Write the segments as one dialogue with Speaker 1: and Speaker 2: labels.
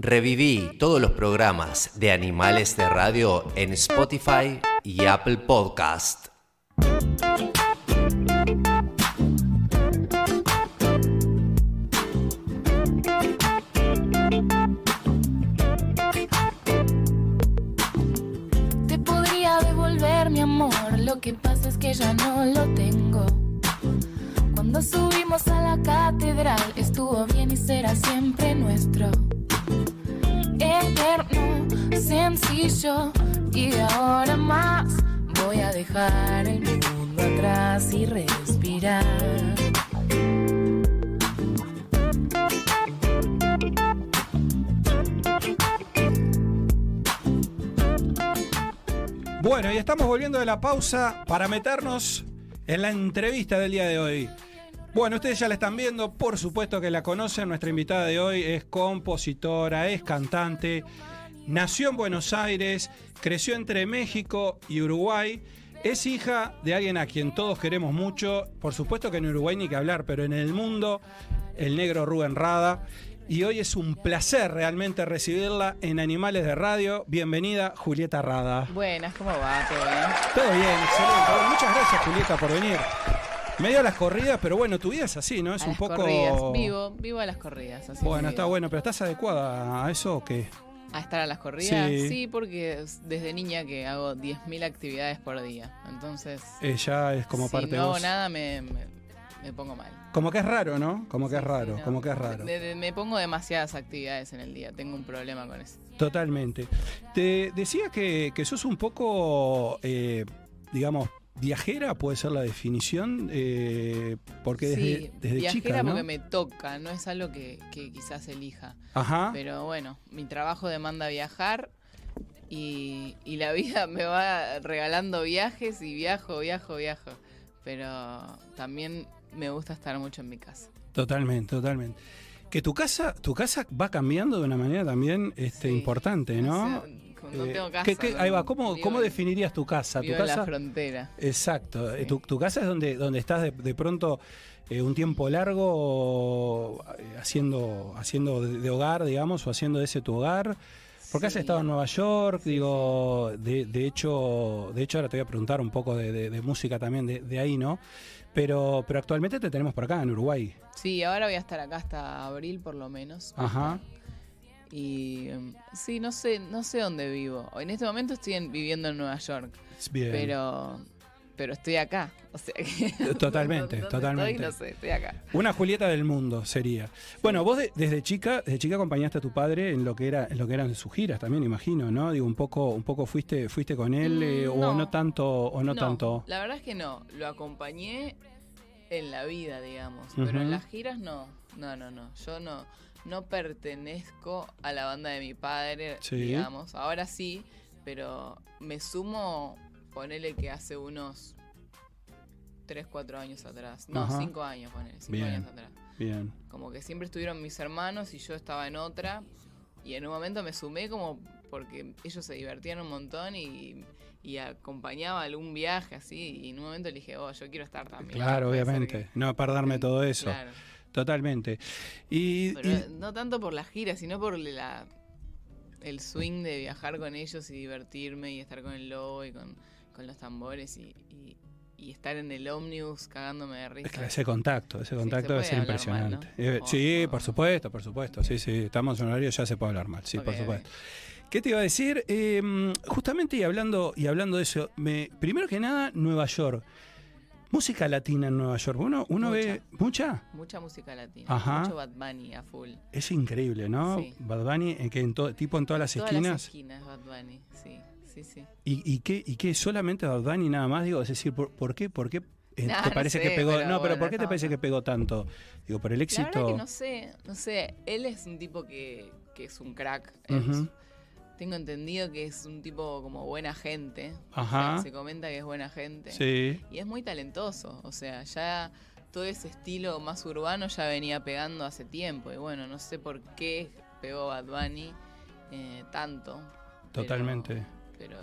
Speaker 1: Reviví todos los programas de Animales de Radio en Spotify y Apple Podcast.
Speaker 2: Te podría devolver mi amor, lo que pasa es que ya no lo tengo. Cuando subimos a la catedral estuvo bien y será siempre nuestro. Eterno, sencillo y ahora más voy a dejar el mundo atrás y respirar.
Speaker 3: Bueno, y estamos volviendo de la pausa para meternos en la entrevista del día de hoy. Bueno, ustedes ya la están viendo, por supuesto que la conocen. Nuestra invitada de hoy es compositora, es cantante, nació en Buenos Aires, creció entre México y Uruguay. Es hija de alguien a quien todos queremos mucho, por supuesto que en Uruguay ni que hablar, pero en el mundo, el negro Rubén Rada. Y hoy es un placer realmente recibirla en Animales de Radio. Bienvenida, Julieta Rada.
Speaker 4: Buenas, ¿cómo va? ¿Todo bien?
Speaker 3: Todo bien, excelente. Bueno, muchas gracias, Julieta, por venir. Medio a las corridas, pero bueno, tu vida es así, ¿no? Es
Speaker 4: a
Speaker 3: un
Speaker 4: las
Speaker 3: poco.
Speaker 4: corridas, vivo, vivo a las corridas. así
Speaker 3: Bueno,
Speaker 4: que
Speaker 3: está bueno, pero ¿estás adecuada a eso o qué?
Speaker 4: ¿A estar a las corridas?
Speaker 3: Sí.
Speaker 4: Sí, porque es desde niña que hago 10.000 actividades por día. Entonces,
Speaker 3: Eh, ya es como
Speaker 4: si
Speaker 3: parte de
Speaker 4: no hago
Speaker 3: vos.
Speaker 4: nada me, me- me pongo mal.
Speaker 3: Como que es raro, ¿no? Como que es
Speaker 4: Sí,
Speaker 3: raro,
Speaker 4: sí, no.
Speaker 3: como que es raro.
Speaker 4: Me, me- me pongo demasiadas actividades en el día, tengo un problema con eso.
Speaker 3: Totalmente. Te decía que, que sos un poco, eh, digamos, viajera, puede ser la definición, eh, porque desde,
Speaker 4: sí,
Speaker 3: desde
Speaker 4: viajera
Speaker 3: chica, ¿no?
Speaker 4: porque me toca, no es algo que, que quizás elija.
Speaker 3: Ajá.
Speaker 4: Pero bueno, mi trabajo demanda viajar y, y la vida me va regalando viajes y viajo, viajo, viajo. Pero también me gusta estar mucho en mi casa.
Speaker 3: Totalmente, totalmente. Que tu casa, tu casa va cambiando de una manera también este,
Speaker 4: Sí.
Speaker 3: importante,
Speaker 4: O
Speaker 3: ¿no?
Speaker 4: sea, no
Speaker 3: Eh,
Speaker 4: tengo casa.
Speaker 3: ¿qué- qué- ahí va, ¿cómo,
Speaker 4: vivo
Speaker 3: cómo
Speaker 4: en-
Speaker 3: definirías tu casa? ¿Tu
Speaker 4: vivo en la
Speaker 3: casa?
Speaker 4: frontera.
Speaker 3: Exacto. eh,
Speaker 4: Sí.
Speaker 3: Tu, tu casa es donde, donde estás de, de pronto eh, un tiempo largo eh, haciendo, haciendo de, de hogar, digamos, o haciendo de ese tu hogar. Porque has
Speaker 4: Sí.
Speaker 3: estado en Nueva York, digo, de, de hecho, de hecho ahora te voy a preguntar un poco de, de- de música también de, de ahí, ¿no? Pero, pero actualmente te tenemos por acá, en Uruguay.
Speaker 4: Sí, ahora voy a estar acá hasta abril por lo menos.
Speaker 3: Ajá.
Speaker 4: Y em, sí, no sé, no sé dónde vivo. En este momento estoy en- viviendo en Nueva York,
Speaker 3: Bien.
Speaker 4: pero pero estoy acá. O sea que-
Speaker 3: Totalmente,
Speaker 4: ¿Dónde
Speaker 3: totalmente.
Speaker 4: Estoy, no sé, estoy acá.
Speaker 3: Una Julieta del mundo sería. Bueno, vos de- desde chica, desde chica acompañaste a tu padre en lo que era, en lo que eran sus giras también, imagino, ¿no? Digo, un poco, un poco fuiste, fuiste con él,
Speaker 4: Mm,
Speaker 3: eh, o
Speaker 4: no.
Speaker 3: no tanto, o no, tanto.
Speaker 4: La verdad es que no. Lo acompañé en la vida, digamos. Pero
Speaker 3: Ujú.
Speaker 4: en las giras no. No, no, no. Yo no, no pertenezco a la banda de mi padre,
Speaker 3: Sí.
Speaker 4: digamos. Ahora sí, pero me sumo, ponele que hace unos 3, 4 años atrás. No,
Speaker 3: Ajá.
Speaker 4: 5 años, ponele. 5
Speaker 3: Bien.
Speaker 4: años atrás.
Speaker 3: Bien.
Speaker 4: Como que siempre estuvieron mis hermanos y yo estaba en otra. Y en un momento me sumé como porque ellos se divertían un montón y, y acompañaba algún viaje así. Y en un momento le dije, oh, yo quiero estar también.
Speaker 3: Claro,
Speaker 4: Puede ser
Speaker 3: obviamente.
Speaker 4: que-
Speaker 3: No perderme todo eso.
Speaker 4: Claro.
Speaker 3: Totalmente. Y,
Speaker 4: Pero
Speaker 3: y-
Speaker 4: no tanto por las giras, sino por la el swing de viajar con ellos y divertirme y estar con el lobo y con, con los tambores y, y- y estar en el ómnibus cagándome de
Speaker 3: es que
Speaker 4: risa.
Speaker 3: ese contacto, ese
Speaker 4: se
Speaker 3: contacto debe
Speaker 4: puede
Speaker 3: ser
Speaker 4: hablar mal,
Speaker 3: impresionante.
Speaker 4: ¿no?
Speaker 3: Eh,
Speaker 4: O-
Speaker 3: sí,
Speaker 4: o-
Speaker 3: por supuesto, por supuesto. Sí, sí, estamos en horario, ya se puede hablar mal. Sí, por
Speaker 4: Ok,
Speaker 3: supuesto.
Speaker 4: ok.
Speaker 3: ¿Qué te iba a decir? Eh, justamente y hablando, y hablando de eso, me, primero que nada, Nueva York. Música latina en Nueva York. Uno, uno
Speaker 4: Mucha.
Speaker 3: ve. ¿Mucha?
Speaker 4: Mucha música latina,
Speaker 3: Ajá.
Speaker 4: mucho Bad Bunny a full.
Speaker 3: Es increíble, ¿no?
Speaker 4: Sí.
Speaker 3: Bad Bunny, en que en to- tipo en todas las
Speaker 4: Todas
Speaker 3: esquinas.
Speaker 4: las esquinas, Bad Bunny, sí, sí, sí.
Speaker 3: ¿Y, y qué, y qué? solamente Bad Bunny nada más, digo, es decir, ¿por, por qué? ¿Por qué eh,
Speaker 4: No,
Speaker 3: te
Speaker 4: Ah, no
Speaker 3: parece que
Speaker 4: sé,
Speaker 3: pegó?
Speaker 4: pero
Speaker 3: no, pero
Speaker 4: bueno,
Speaker 3: ¿por qué te
Speaker 4: estaba
Speaker 3: parece que
Speaker 4: acá.
Speaker 3: pegó tanto? Digo, por el
Speaker 4: La verdad
Speaker 3: éxito.
Speaker 4: que no sé, no sé, él es un tipo que, que es un crack. es-
Speaker 3: Ujú.
Speaker 4: Tengo entendido que es un tipo como buena gente.
Speaker 3: Ajá.
Speaker 4: Se comenta que es buena gente.
Speaker 3: Sí.
Speaker 4: Y es muy talentoso, o sea, ya todo ese estilo más urbano ya venía pegando hace tiempo. Y bueno, no sé por qué pegó Bad Bunny eh, tanto. pero-
Speaker 3: Totalmente.
Speaker 4: Pero,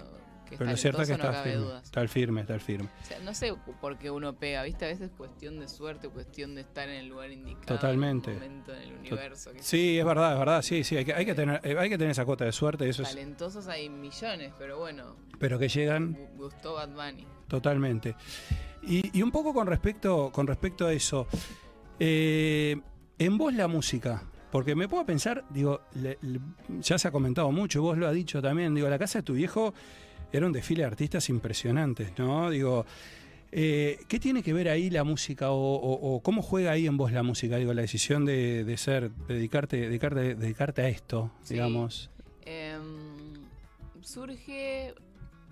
Speaker 4: que
Speaker 3: Pero
Speaker 4: es
Speaker 3: lo cierto es que
Speaker 4: talentoso, no
Speaker 3: está
Speaker 4: cabe
Speaker 3: firme.
Speaker 4: dudas.
Speaker 3: Está firme, está firme.
Speaker 4: O sea, no sé por qué uno pega, ¿viste? A veces es cuestión de suerte, cuestión de estar en el lugar indicado.
Speaker 3: Totalmente.
Speaker 4: En el momento, en el universo. qué sé
Speaker 3: Sí, es verdad, es verdad. Sí, sí, hay que, hay que tener, eh, hay que tener esa cuota de suerte. y Eso
Speaker 4: yo.
Speaker 3: es,
Speaker 4: Talentosos hay millones, pero bueno,
Speaker 3: pero que llegan
Speaker 4: gu- gustó Bad Bunny.
Speaker 3: Totalmente. Y, y un poco con respecto, con respecto a eso, eh, en vos la música, porque me puedo pensar, digo, le- le- ya se ha comentado mucho, vos lo has dicho también, digo, la casa de tu viejo era un desfile de artistas impresionantes, ¿no? Digo, eh, ¿qué tiene que ver ahí la música o, o- o cómo juega ahí en vos la música? Digo, la decisión de, de ser, dedicarte, dedicarte, dedicarte a esto,
Speaker 4: Sí.
Speaker 3: digamos.
Speaker 4: Em, surge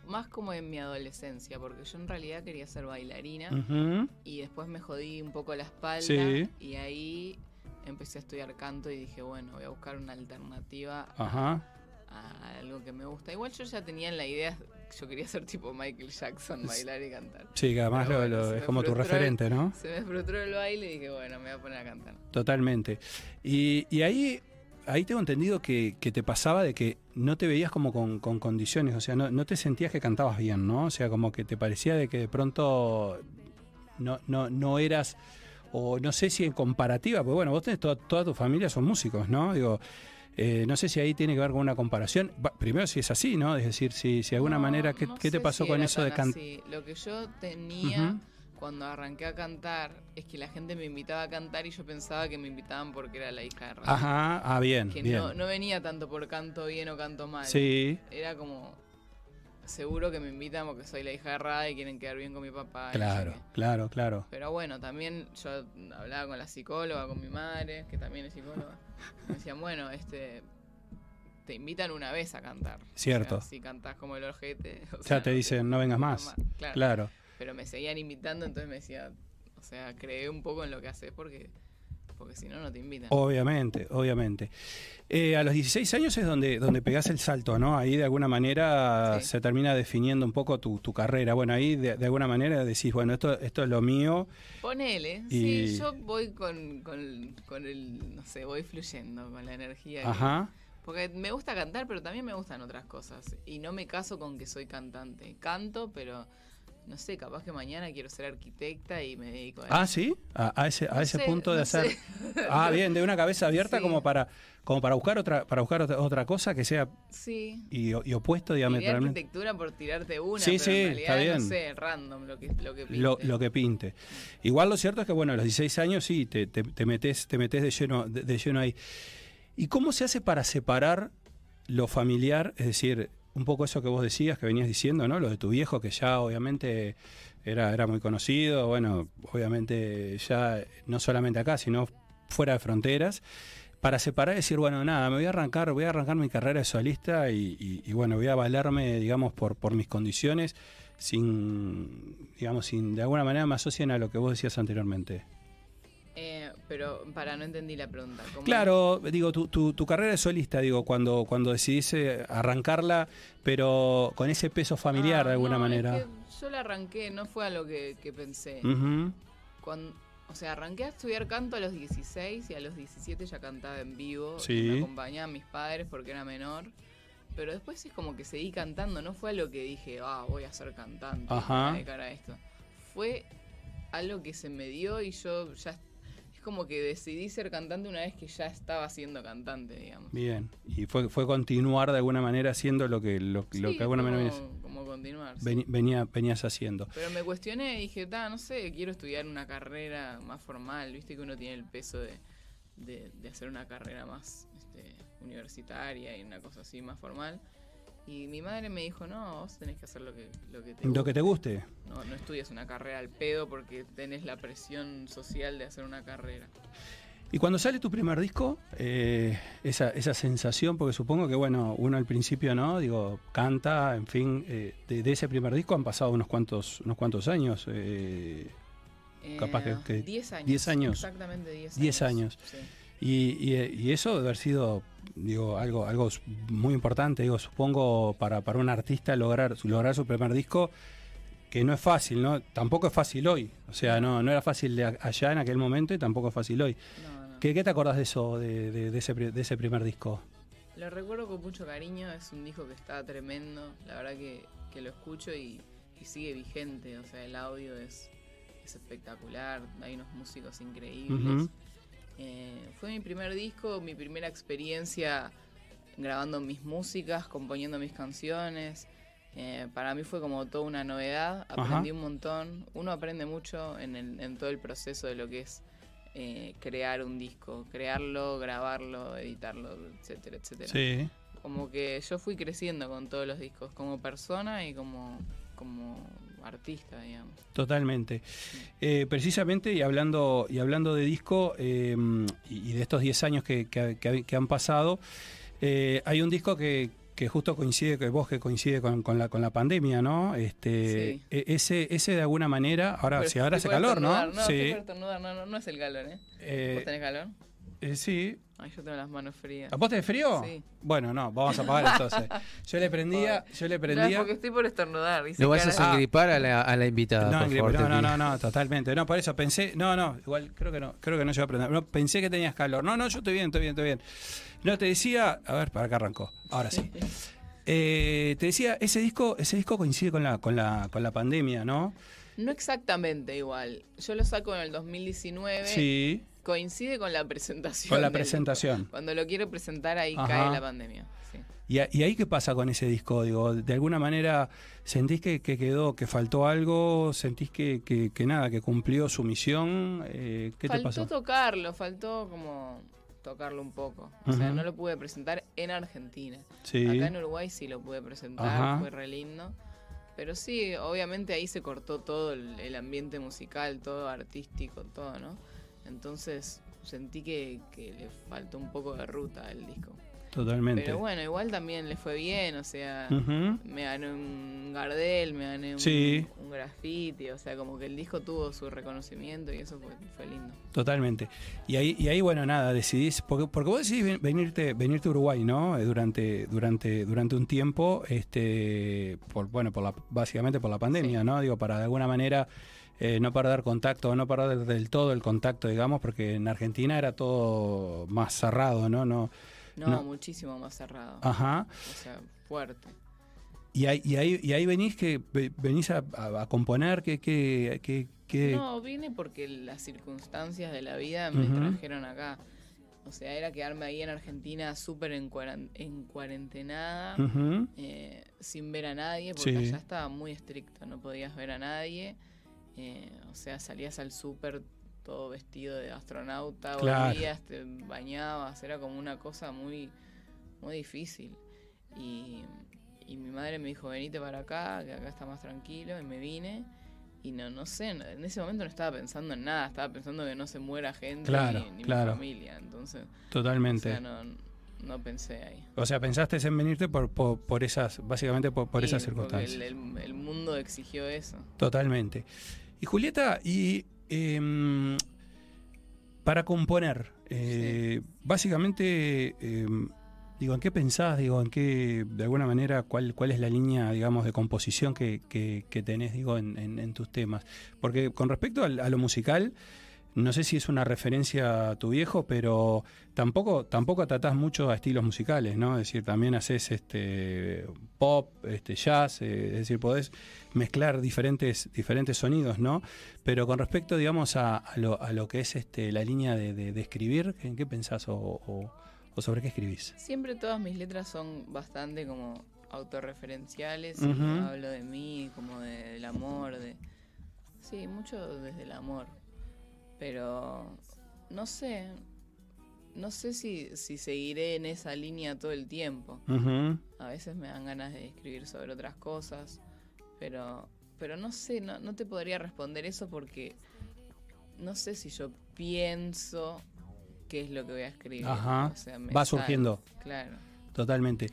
Speaker 4: más como en mi adolescencia, porque yo en realidad quería ser bailarina
Speaker 3: Ujú.
Speaker 4: y después me jodí un poco la espalda
Speaker 3: Mm. Sí.
Speaker 4: y ahí empecé a estudiar canto y dije, bueno, voy a buscar una alternativa
Speaker 3: Ajá.
Speaker 4: a algo que me gusta. Igual yo ya tenía en la idea, yo quería ser tipo Michael Jackson, bailar y cantar.
Speaker 3: Sí, que además
Speaker 4: Pero
Speaker 3: lo-
Speaker 4: bueno,
Speaker 3: lo-
Speaker 4: se
Speaker 3: es
Speaker 4: me
Speaker 3: como tu
Speaker 4: frustró el-
Speaker 3: referente, ¿no?
Speaker 4: Se me frustró el baile y dije, bueno, me voy a poner a cantar.
Speaker 3: Totalmente. Y, y ahí, ahí tengo entendido que, que te pasaba de que no te veías como con, con condiciones, o sea, no, no te sentías que cantabas bien, ¿no? O sea, como que te parecía de que de pronto no, no, no eras, o no sé si en comparativa, porque bueno, vos tenés toda, toda tu familia son músicos, ¿no? Digo, eh, no sé si ahí tiene que ver con una comparación. Va, Primero, si es así, ¿no? Es decir, si, si de alguna
Speaker 4: No,
Speaker 3: manera, ¿qué,
Speaker 4: no
Speaker 3: qué te
Speaker 4: sé
Speaker 3: pasó
Speaker 4: si
Speaker 3: con
Speaker 4: era
Speaker 3: eso de
Speaker 4: tan
Speaker 3: cantar?
Speaker 4: así. Lo que yo tenía cuando arranqué a cantar es que la gente me invitaba a cantar y yo pensaba que me invitaban porque era la hija de Rafael.
Speaker 3: Ajá, ah, bien,
Speaker 4: que
Speaker 3: bien.
Speaker 4: No, no venía tanto por canto bien o canto mal.
Speaker 3: sí,
Speaker 4: Era como, seguro que me invitan porque soy la hija de Ra y quieren quedar bien con mi papá. y no sé
Speaker 3: claro,
Speaker 4: qué.
Speaker 3: claro, claro.
Speaker 4: Pero bueno, también yo hablaba con la psicóloga, con mi madre, que también es psicóloga. Me decían, bueno, este te invitan una vez a cantar.
Speaker 3: Cierto.
Speaker 4: O sea, si cantás como el orjete. o
Speaker 3: Ya
Speaker 4: sea,
Speaker 3: te
Speaker 4: no
Speaker 3: dicen, no vengas más.
Speaker 4: Claro.
Speaker 3: Claro.
Speaker 4: Pero me seguían invitando, entonces me decía, o sea, cree un poco en lo que haces porque, porque si no, no te invitan.
Speaker 3: Oh. Obviamente, obviamente. Eh, a los 16 años es donde, donde pegás el salto, ¿no? Ahí de alguna manera
Speaker 4: Sí.
Speaker 3: se termina definiendo un poco tu, tu carrera. Bueno, ahí de, de alguna manera decís, bueno, esto, esto es lo mío.
Speaker 4: Ponele,
Speaker 3: Y-
Speaker 4: sí, yo voy con, con, con el, no sé, voy fluyendo con la energía. que-
Speaker 3: Ajá.
Speaker 4: Porque me gusta cantar, pero también me gustan otras cosas. Y no me caso con que soy cantante. Canto, pero no sé, capaz que mañana quiero ser arquitecta y me dedico a
Speaker 3: Ah,
Speaker 4: eso.
Speaker 3: sí. A, a ese, a
Speaker 4: No
Speaker 3: ese
Speaker 4: sé,
Speaker 3: punto de
Speaker 4: no
Speaker 3: hacer.
Speaker 4: sé.
Speaker 3: Ah, bien, de una cabeza abierta
Speaker 4: Sí.
Speaker 3: como para como para buscar otra para buscar otra, otra cosa que sea
Speaker 4: Sí.
Speaker 3: y, y opuesto
Speaker 4: Tiré
Speaker 3: diametralmente
Speaker 4: arquitectura por tirarte una,
Speaker 3: Sí,
Speaker 4: pero
Speaker 3: sí,
Speaker 4: en realidad,
Speaker 3: está bien.
Speaker 4: no sé, random lo que, lo que
Speaker 3: lo,
Speaker 4: pinte.
Speaker 3: lo que pinte. Igual lo cierto es que, bueno, a los 16 años sí, te, te, te metes, te metes de, lleno, de, de lleno ahí. ¿Y cómo se hace para separar lo familiar? Es decir, un poco eso que vos decías, que venías diciendo, ¿no? Lo de tu viejo, que ya obviamente era, era muy conocido, bueno, obviamente ya no solamente acá, sino fuera de fronteras. Para separar y decir, bueno, nada, me voy a arrancar, voy a arrancar mi carrera de solista y, y- y, bueno, voy a valerme, digamos, por, por mis condiciones, sin, digamos, sin, de alguna manera me asocian a lo que vos decías anteriormente.
Speaker 4: Eh, pero para no entendí la pregunta. ¿cómo?
Speaker 3: Claro, digo, tu, tu, tu carrera de solista, digo, cuando, cuando decidís eh, arrancarla, pero con ese peso familiar
Speaker 4: Ah,
Speaker 3: de alguna
Speaker 4: no, es
Speaker 3: manera.
Speaker 4: que yo la arranqué, no fue a lo que, que pensé.
Speaker 3: Ujú.
Speaker 4: Cuan- o sea, arranqué a estudiar canto a los 16 y a los 17 ya cantaba en vivo.
Speaker 3: Sí.
Speaker 4: y Me acompañaban mis padres porque era menor. Pero después es como que seguí cantando, no fue a lo que dije, ah, voy a ser cantante
Speaker 3: Ajá.
Speaker 4: me voy a dedicar a esto. Fue algo que se me dio y yo ya. Es como que decidí ser cantante una vez que ya estaba siendo cantante, digamos.
Speaker 3: Bien. Y fue, fue continuar de alguna manera haciendo lo que, lo, lo que
Speaker 4: Sí,
Speaker 3: de alguna
Speaker 4: como,
Speaker 3: manera
Speaker 4: como continuar. sí.
Speaker 3: veni- venía, venías haciendo.
Speaker 4: Pero me cuestioné y dije, ta, no sé, quiero estudiar una carrera más formal, viste que uno tiene el peso de, de- de hacer una carrera más este, universitaria y una cosa así más formal. Y mi madre me dijo, no, vos tenés que hacer lo que, lo que te
Speaker 3: Lo que te
Speaker 4: guste.
Speaker 3: guste.
Speaker 4: No, no estudias una carrera al pedo porque tenés la presión social de hacer una carrera.
Speaker 3: Y cuando sale tu primer disco, eh, esa, esa sensación, porque supongo que, bueno, uno al principio no, digo, canta, en fin, eh, de, de ese primer disco han pasado unos cuantos, unos cuantos años. eh, Capaz que- que
Speaker 4: 10 Eh, años.
Speaker 3: 10 años.
Speaker 4: Exactamente 10 años.
Speaker 3: 10 años.
Speaker 4: Sí.
Speaker 3: Y, y- y eso debe haber sido digo, algo, algo s- muy importante, digo, supongo, para, para un artista lograr, su- lograr su primer disco, que no es fácil, ¿no? Tampoco es fácil hoy. O sea, no, no era fácil de a- allá en aquel momento y tampoco es fácil hoy.
Speaker 4: No, no.
Speaker 3: ¿Qué, qué te acordás de eso, de, de- de ese, pri- de ese primer disco?
Speaker 4: Lo recuerdo con mucho cariño, es un disco que está tremendo, la verdad que, que lo escucho y, y sigue vigente, o sea, el audio es, es espectacular, hay unos músicos increíbles.
Speaker 3: Ujú.
Speaker 4: Eh, fue mi primer disco, mi primera experiencia grabando mis músicas, componiendo mis canciones. Eh, para mí fue como toda una novedad,
Speaker 3: Ajá.
Speaker 4: aprendí un montón. Uno aprende mucho en, el- en todo el proceso de lo que es eh, crear un disco, crearlo, grabarlo, editarlo, etcétera, etcétera.
Speaker 3: Sí.
Speaker 4: Como que yo fui creciendo con todos los discos, como persona y como, como artista, digamos.
Speaker 3: Totalmente. Eh, precisamente, y hablando, y hablando de disco eh, y y de estos 10 años que, que- que- que han pasado, eh, hay un disco que, que justo coincide, que vos que coincide con, con la, con la pandemia, ¿no? Este,
Speaker 4: Sí.
Speaker 3: e- ese, ese de alguna manera, ahora,
Speaker 4: Pero
Speaker 3: si ahora hace
Speaker 4: estoy por
Speaker 3: calor, ¿no?
Speaker 4: estornudar, No, estoy
Speaker 3: sí.
Speaker 4: por estornudar, no, no, no es el calor, ¿eh?
Speaker 3: Eh,
Speaker 4: ¿Vos tenés calor?
Speaker 3: eh, sí.
Speaker 4: Ay, yo tengo las manos frías.
Speaker 3: ¿A vos te frío?
Speaker 4: Sí.
Speaker 3: Bueno, no, vamos a apagar entonces. Yo le prendía, yo le
Speaker 4: No, es
Speaker 3: prendía.
Speaker 4: porque estoy por estornudar. dice
Speaker 5: No vas
Speaker 4: cara-
Speaker 5: a sangripar a la, a la invitada,
Speaker 3: Ah. No,
Speaker 5: por
Speaker 3: Ingrid,
Speaker 5: favor, te
Speaker 3: no, no, no,
Speaker 5: pido.
Speaker 3: no, totalmente. No, por eso pensé, no, no, igual creo que no, creo que no se va a aprender. No, pensé que tenías calor. No, no, yo estoy bien, estoy bien, estoy bien. No, te decía, a ver, para acá arrancó. Ahora sí. Eh, te decía, ese disco, ese disco coincide con la, con la, con la pandemia, ¿no?
Speaker 4: Ah, No exactamente igual. Yo lo saco en el 2019.
Speaker 3: Sí.
Speaker 4: Coincide con la presentación.
Speaker 3: Con la
Speaker 4: del disco.
Speaker 3: presentación.
Speaker 4: Cuando lo quiero presentar, ahí
Speaker 3: Ajá.
Speaker 4: cae la pandemia. sí.
Speaker 3: ¿Y, a- y ahí qué pasa con ese disco? Digo, ¿de alguna manera sentís que, que quedó, que faltó algo? ¿Sentís que, que- que nada, que cumplió su misión? Eh, ¿Qué te
Speaker 4: faltó
Speaker 3: pasó?
Speaker 4: tocarlo, faltó como tocarlo un poco. O sea,
Speaker 3: Ujú.
Speaker 4: no lo pude presentar en Argentina.
Speaker 3: Sí.
Speaker 4: Acá en Uruguay sí lo pude presentar,
Speaker 3: Ajá.
Speaker 4: fue re lindo. Pero sí, obviamente ahí se cortó todo el, el ambiente musical, todo artístico, todo, ¿no? Entonces sentí que, que le faltó un poco de ruta al disco.
Speaker 3: Totalmente.
Speaker 4: Pero bueno, igual también le fue bien, o sea,
Speaker 3: Ujú.
Speaker 4: me gané un Gardel, me gané un,
Speaker 3: Sí.
Speaker 4: un graffiti, o sea, como que el disco tuvo su reconocimiento y eso fue, fue lindo.
Speaker 3: Totalmente. Y ahí, y ahí bueno, nada, decidís, porque, porque vos decidís ven- venirte, venirte a Uruguay, ¿no? Eh, Durante, durante, durante un tiempo, este, por, bueno, por la, básicamente por la pandemia, ¿no? Digo, para de alguna manera eh, no perder contacto, no perder del todo el contacto, digamos, porque en Argentina era todo más cerrado, ¿no? no
Speaker 4: No,
Speaker 3: No. Ah.
Speaker 4: muchísimo más cerrado,
Speaker 3: ajá.
Speaker 4: o sea, fuerte.
Speaker 3: Y ahí, y ahí, y ahí venís que ve- venís a, a- a componer, que, que, que, que-
Speaker 4: No, vine porque las circunstancias de la vida me
Speaker 3: Ujú.
Speaker 4: trajeron acá. O sea, era quedarme ahí en Argentina súper en, cuaren- en cuarentenada,
Speaker 3: Ujú.
Speaker 4: eh, sin ver a nadie, porque
Speaker 3: Sí.
Speaker 4: allá estaba muy estricto, no podías ver a nadie. Eh, o sea, salías al súper todo vestido de astronauta,
Speaker 3: Claro.
Speaker 4: volvías, te bañabas, era como una cosa muy, muy difícil. Y, y mi madre me dijo, venite para acá, que acá está más tranquilo, y me vine. Y no, no sé, no- en ese momento no estaba pensando en nada, estaba pensando que no se muera gente
Speaker 3: Claro,
Speaker 4: ni, ni
Speaker 3: claro.
Speaker 4: mi familia. Entonces, o
Speaker 3: Totalmente.
Speaker 4: sea, no, no pensé ahí.
Speaker 3: O sea, pensaste en venirte por, por, por esas, básicamente por, por
Speaker 4: Y
Speaker 3: esas
Speaker 4: porque
Speaker 3: circunstancias.
Speaker 4: El, el- el mundo exigió eso.
Speaker 3: Totalmente. Y Julieta, y em, para componer, eh, básicamente, em, digo, ¿en qué pensás? Digo, ¿en qué, de alguna manera, cuál, cuál es la línea, digamos, de composición que, que- que tenés, digo, en, en- en tus temas? Porque con respecto al- a, lo musical, no sé si es una referencia a tu viejo, pero tampoco, tampoco tratás mucho a estilos musicales, ¿no? Es decir, también haces este pop, este jazz, eh, es decir, podés mezclar diferentes, diferentes sonidos, ¿no? Pero con respecto, digamos, a, a lo, a lo que es este, la línea de, de- de escribir, ¿en qué pensás o, o- o sobre qué escribís?
Speaker 4: Siempre todas mis letras son bastante como autorreferenciales.
Speaker 3: Ujú.
Speaker 4: y Hablo de mí, como de- del amor, de... Sí, mucho desde el amor. Pero no sé, no sé si, si seguiré en esa línea todo el tiempo.
Speaker 3: Ujú.
Speaker 4: A veces me dan ganas de escribir sobre otras cosas, pero, pero no sé, no, no te podría responder eso porque no sé si yo pienso qué es lo que voy a escribir.
Speaker 3: Ajá,
Speaker 4: O sea, me
Speaker 3: va
Speaker 4: sale,
Speaker 3: surgiendo.
Speaker 4: Claro.
Speaker 3: Totalmente.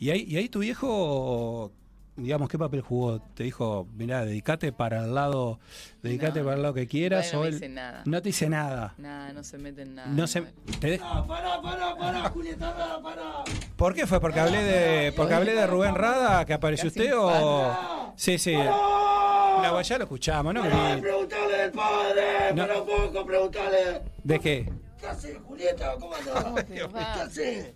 Speaker 3: Y ahí, y ahí tu viejo, digamos, ¿qué papel jugó? Te dijo, mirá, dedicate para el lado, dedicate
Speaker 4: No.
Speaker 3: para el lado que quieras.
Speaker 4: Todavía no
Speaker 3: o
Speaker 4: me
Speaker 3: él-
Speaker 4: dice nada.
Speaker 3: No te dice nada.
Speaker 4: Nada, no se mete en nada.
Speaker 3: No se,
Speaker 4: madre.
Speaker 3: te de- ¿Por qué fue? ¿Porque hablé de, porque hablé de Rubén Rada que apareció
Speaker 4: Casi
Speaker 3: usted o.? Sí, sí. La guayá lo escuchamos, ¿no? Que-
Speaker 6: Preguntale del padre,
Speaker 3: No.
Speaker 6: para un poco, preguntale.
Speaker 3: ¿De qué?
Speaker 6: ¿Qué haces, Julieta? ¿Cómo andás? ¿Qué
Speaker 4: Dios mío.
Speaker 6: haces?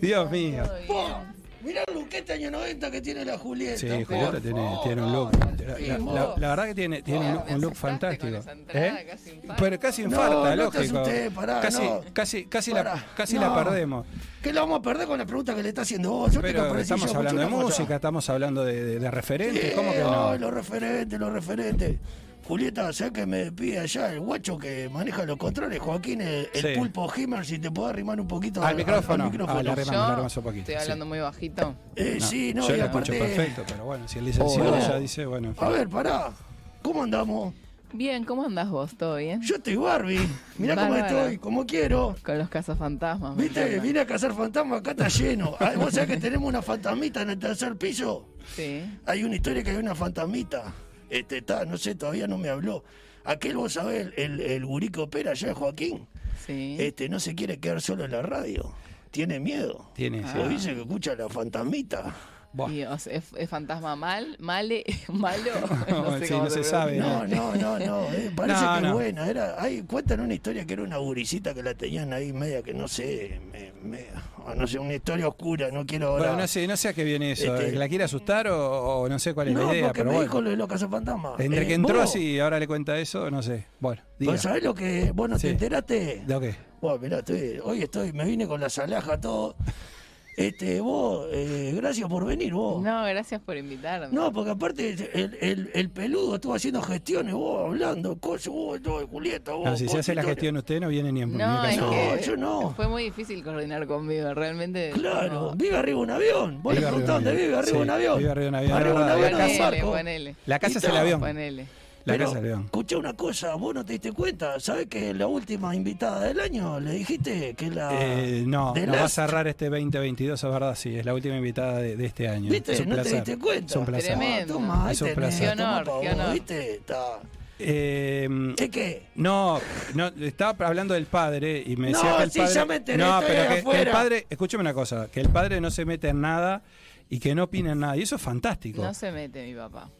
Speaker 3: Dios mío.
Speaker 4: Todo
Speaker 6: Po,
Speaker 4: bien.
Speaker 6: Mirá el luquete año 90 que tiene la Julieta.
Speaker 3: Sí,
Speaker 6: po.
Speaker 3: Julieta tiene, tiene un look. La, la- la- la verdad que tiene, tiene un, un look
Speaker 4: asustaste
Speaker 3: fantástico.
Speaker 4: con esa entrada,
Speaker 3: ¿Eh?
Speaker 4: casi infarto.
Speaker 3: Pero casi
Speaker 6: No,
Speaker 3: infarta,
Speaker 6: no te
Speaker 3: lógico.
Speaker 6: asustes, pará,
Speaker 3: casi,
Speaker 6: no.
Speaker 3: casi, casi, la,
Speaker 6: Pará,
Speaker 3: casi
Speaker 6: no.
Speaker 3: la perdemos.
Speaker 6: ¿Qué la vamos a perder con la pregunta que le está haciendo vos? Yo te
Speaker 3: Pero
Speaker 6: comparecí
Speaker 3: estamos
Speaker 6: yo,
Speaker 3: hablando de
Speaker 6: mucho una cosa.
Speaker 3: música, estamos hablando de, de- de referentes. ¿Cómo que
Speaker 6: Eh,
Speaker 3: no?
Speaker 6: ay, los referentes, los referentes. Julieta, ¿sabes que me pide allá el guacho que maneja los controles? Joaquín, el, el
Speaker 3: Sí.
Speaker 6: pulpo Himmer, si te puedo arrimar un poquito
Speaker 3: Al micrófono. Ah, la
Speaker 4: Yo
Speaker 3: Arremamos, arremamos un poquito,
Speaker 4: Estoy
Speaker 3: sí.
Speaker 4: hablando muy bajito.
Speaker 6: Eh, sí, no,
Speaker 3: Yo
Speaker 6: y
Speaker 3: lo escucho
Speaker 6: aparte-
Speaker 3: perfecto, pero bueno, si el licenciado
Speaker 6: Oh, no.
Speaker 3: ya dice, bueno.
Speaker 6: A ver, pará. ¿Cómo andamos?
Speaker 4: Bien, ¿cómo andás vos? ¿Todo bien?
Speaker 6: Yo estoy Barbie. Mirá cómo
Speaker 4: Bárbara.
Speaker 6: estoy, como quiero.
Speaker 4: Con los cazafantasmas. me
Speaker 6: Viste,
Speaker 4: encanta.
Speaker 6: vine a cazar fantasmas, acá está lleno. Ah, ¿Vos sabés que tenemos una fantasmita en el tercer piso?
Speaker 4: Sí.
Speaker 6: Hay una historia que hay una fantasmita. Este está, no sé, todavía no me habló. Aquel, vos sabés, el, el, el gurí que opera allá, Joaquín.
Speaker 4: Sí.
Speaker 3: Eh,
Speaker 6: Este no se quiere quedar solo en la radio. Tiene miedo.
Speaker 3: Tiene,
Speaker 6: O dice que escucha la fantasmita.
Speaker 3: Buah.
Speaker 4: Y, o sea, ¿es, es fantasma mal? ¿Male? ¿Malo?
Speaker 6: Ah,
Speaker 4: No sé
Speaker 3: Sí,
Speaker 4: cómo
Speaker 3: no se
Speaker 4: pronuncia.
Speaker 3: sabe.
Speaker 6: No, no, no, no. eh, parece
Speaker 3: No,
Speaker 6: que
Speaker 3: no.
Speaker 6: es buena. Era, hay, cuentan una historia que era una gurisita que la tenían ahí media que no sé, me- me- o no sé, una historia oscura, no quiero ahora.
Speaker 3: Bueno, no sé, no sé a qué viene eso.
Speaker 6: Este-
Speaker 3: ¿La quiere asustar o, o no sé cuál es
Speaker 6: No,
Speaker 3: la idea?
Speaker 6: porque
Speaker 3: Pero
Speaker 6: me
Speaker 3: bueno.
Speaker 6: dijo lo de los cazafantasmas.
Speaker 3: Entre
Speaker 6: Eh,
Speaker 3: que entró
Speaker 6: vos,
Speaker 3: así y ahora le cuenta eso, no sé. Bueno, diga.
Speaker 6: ¿Vos sabés lo que vos no
Speaker 3: Sí.
Speaker 6: te enteraste?
Speaker 3: ¿De qué?
Speaker 6: Bueno, mirá, estoy- hoy estoy, me vine con la salaja, todo. Este, vos, eh, gracias por venir, vos.
Speaker 4: No, gracias por invitarme.
Speaker 6: No, porque aparte el, el- el peludo estuvo haciendo gestiones, vos hablando, cosas, vos, no, Julieta, vos.
Speaker 3: No, si se hace la
Speaker 6: consultorio.
Speaker 3: gestión usted no viene ni en
Speaker 4: No,
Speaker 3: ni
Speaker 4: es
Speaker 3: en caso.
Speaker 4: que
Speaker 6: No, yo no.
Speaker 4: fue muy difícil coordinar conmigo, realmente.
Speaker 6: Claro,
Speaker 4: no.
Speaker 6: vive arriba un avión. Vos le
Speaker 3: Vive arriba
Speaker 6: preguntás
Speaker 3: un
Speaker 6: dónde
Speaker 3: avión.
Speaker 6: vive, arriba
Speaker 3: Sí,
Speaker 6: un avión.
Speaker 3: vive arriba un avión,
Speaker 6: Arriba un
Speaker 3: ahora,
Speaker 6: avión,
Speaker 3: ahora.
Speaker 6: en un
Speaker 4: Ponele,
Speaker 6: barco.
Speaker 4: ponele.
Speaker 3: La casa es el
Speaker 6: Y ta,
Speaker 3: avión.
Speaker 4: Ponele.
Speaker 3: La
Speaker 6: Pero,
Speaker 3: casa es el avión.
Speaker 6: Escuchá una cosa, vos no te diste cuenta. ¿Sabés que la última invitada del año le dijiste que la.
Speaker 3: Eh, no,
Speaker 6: de
Speaker 3: nos va a
Speaker 6: Last?
Speaker 3: cerrar este 2022, es verdad, sí. Es la última invitada de, de este año.
Speaker 6: ¿Viste?
Speaker 3: Es un
Speaker 6: No te
Speaker 3: placer.
Speaker 6: diste cuenta.
Speaker 3: Es un placer.
Speaker 6: Ah,
Speaker 4: Tremendo.
Speaker 6: Toma, ahí
Speaker 3: Es un
Speaker 6: tenés,
Speaker 3: placer.
Speaker 4: Qué honor,
Speaker 6: toma pa'
Speaker 4: qué
Speaker 6: vos,
Speaker 4: honor.
Speaker 6: ¿Viste? Está.
Speaker 3: Eh,
Speaker 6: ¿Es que?
Speaker 3: No, no, estaba hablando del padre y me
Speaker 6: No,
Speaker 3: decía que el
Speaker 6: sí,
Speaker 3: padre.
Speaker 6: ya me enteré,
Speaker 3: no,
Speaker 6: estoy
Speaker 3: pero
Speaker 6: ahí
Speaker 3: que, que el
Speaker 6: afuera.
Speaker 3: padre, escúchame una cosa, que el padre no se mete en nada y que no opina en nada. Y eso es fantástico.
Speaker 4: No se mete mi papá.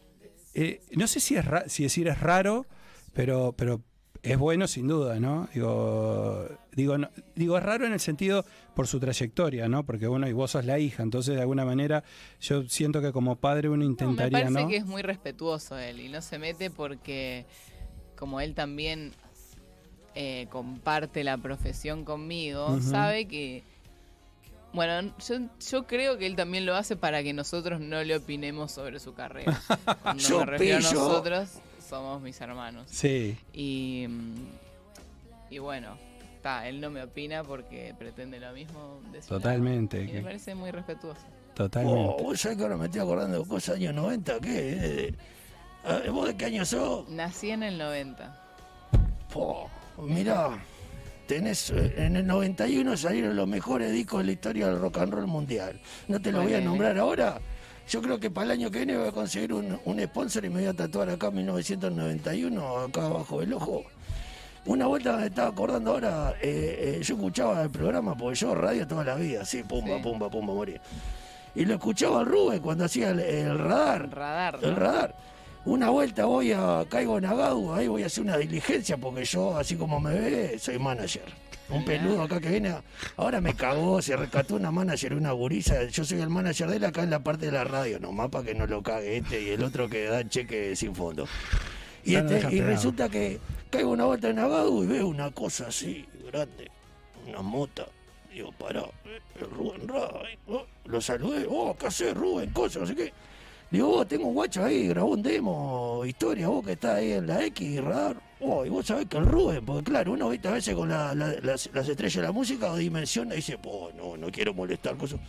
Speaker 3: Eh, no sé si es ra- si decir es raro, pero, pero es bueno sin duda, ¿no? Digo, digo, no- digo, es raro en el sentido por su trayectoria, ¿no? Porque bueno, y vos sos la hija, entonces de alguna manera yo siento que como padre uno
Speaker 4: No, me
Speaker 3: intentaría,
Speaker 4: parece
Speaker 3: ¿no?
Speaker 4: que es muy respetuoso él y no se mete porque como él también eh, comparte la profesión conmigo,
Speaker 3: Ujú.
Speaker 4: sabe que... Bueno, yo, yo creo que él también lo hace para que nosotros no le opinemos sobre su carrera. Cuando
Speaker 6: Yo
Speaker 4: me refiero
Speaker 6: pillo.
Speaker 4: a nosotros, somos mis hermanos.
Speaker 3: Sí.
Speaker 4: Y, mm, y bueno, está, él no me opina porque pretende lo mismo. de su lado.
Speaker 3: Totalmente,
Speaker 4: Y
Speaker 3: que-
Speaker 4: me parece muy respetuoso.
Speaker 3: Totalmente.
Speaker 6: Oh, vos sabés que ahora me estoy acordando de cosas años 90. ¿Qué? Eh, eh, ¿Vos de qué año sos?
Speaker 4: Nací en el 90.
Speaker 6: Po, mirá, tenés, eh, en el 91 salieron los mejores discos de la historia del rock and roll mundial. No te lo voy a
Speaker 4: Ponele.
Speaker 6: nombrar ahora. Yo creo que para el año que viene voy a conseguir un, un sponsor y me voy a tatuar acá 1991, acá abajo del ojo. Una vuelta me estaba acordando ahora, eh, eh, yo escuchaba el programa, porque yo radio toda la vida, sí, pumba,
Speaker 4: Sí.
Speaker 6: pumba, pumba, morir. Y lo escuchaba al Rubén cuando hacía el, el radar.
Speaker 4: Radar.
Speaker 6: El
Speaker 4: ¿no?
Speaker 6: radar. Una vuelta voy a Caigo Nagado, ahí voy a hacer una diligencia porque yo, así como me ve, soy manager. Un peludo acá que viene, a- ahora me cagó, se rescató una manager, una gurisa. Yo soy el manager de él acá en la parte de la radio, nomás para que no lo cague este y el otro que da cheque sin fondo. Y,
Speaker 3: Ya lo
Speaker 6: este-
Speaker 3: dejas
Speaker 6: y
Speaker 3: pegado.
Speaker 6: resulta que caigo una vuelta en Nagado y veo una cosa así, grande, una mota. Digo, pará, eh, Rubén Ray, oh, lo saludé, oh, ¿qué haces, Rubén? Cosa, no sé qué. Le digo, vos, tengo un guacho ahí, grabó un demo, historia, vos que estás ahí en la X, radar. Oh, y vos sabés que el Rubén, porque claro, uno viste a veces con la- la- las, las estrellas de la música dimensiona y dice, oh, no, no quiero molestar, cosas.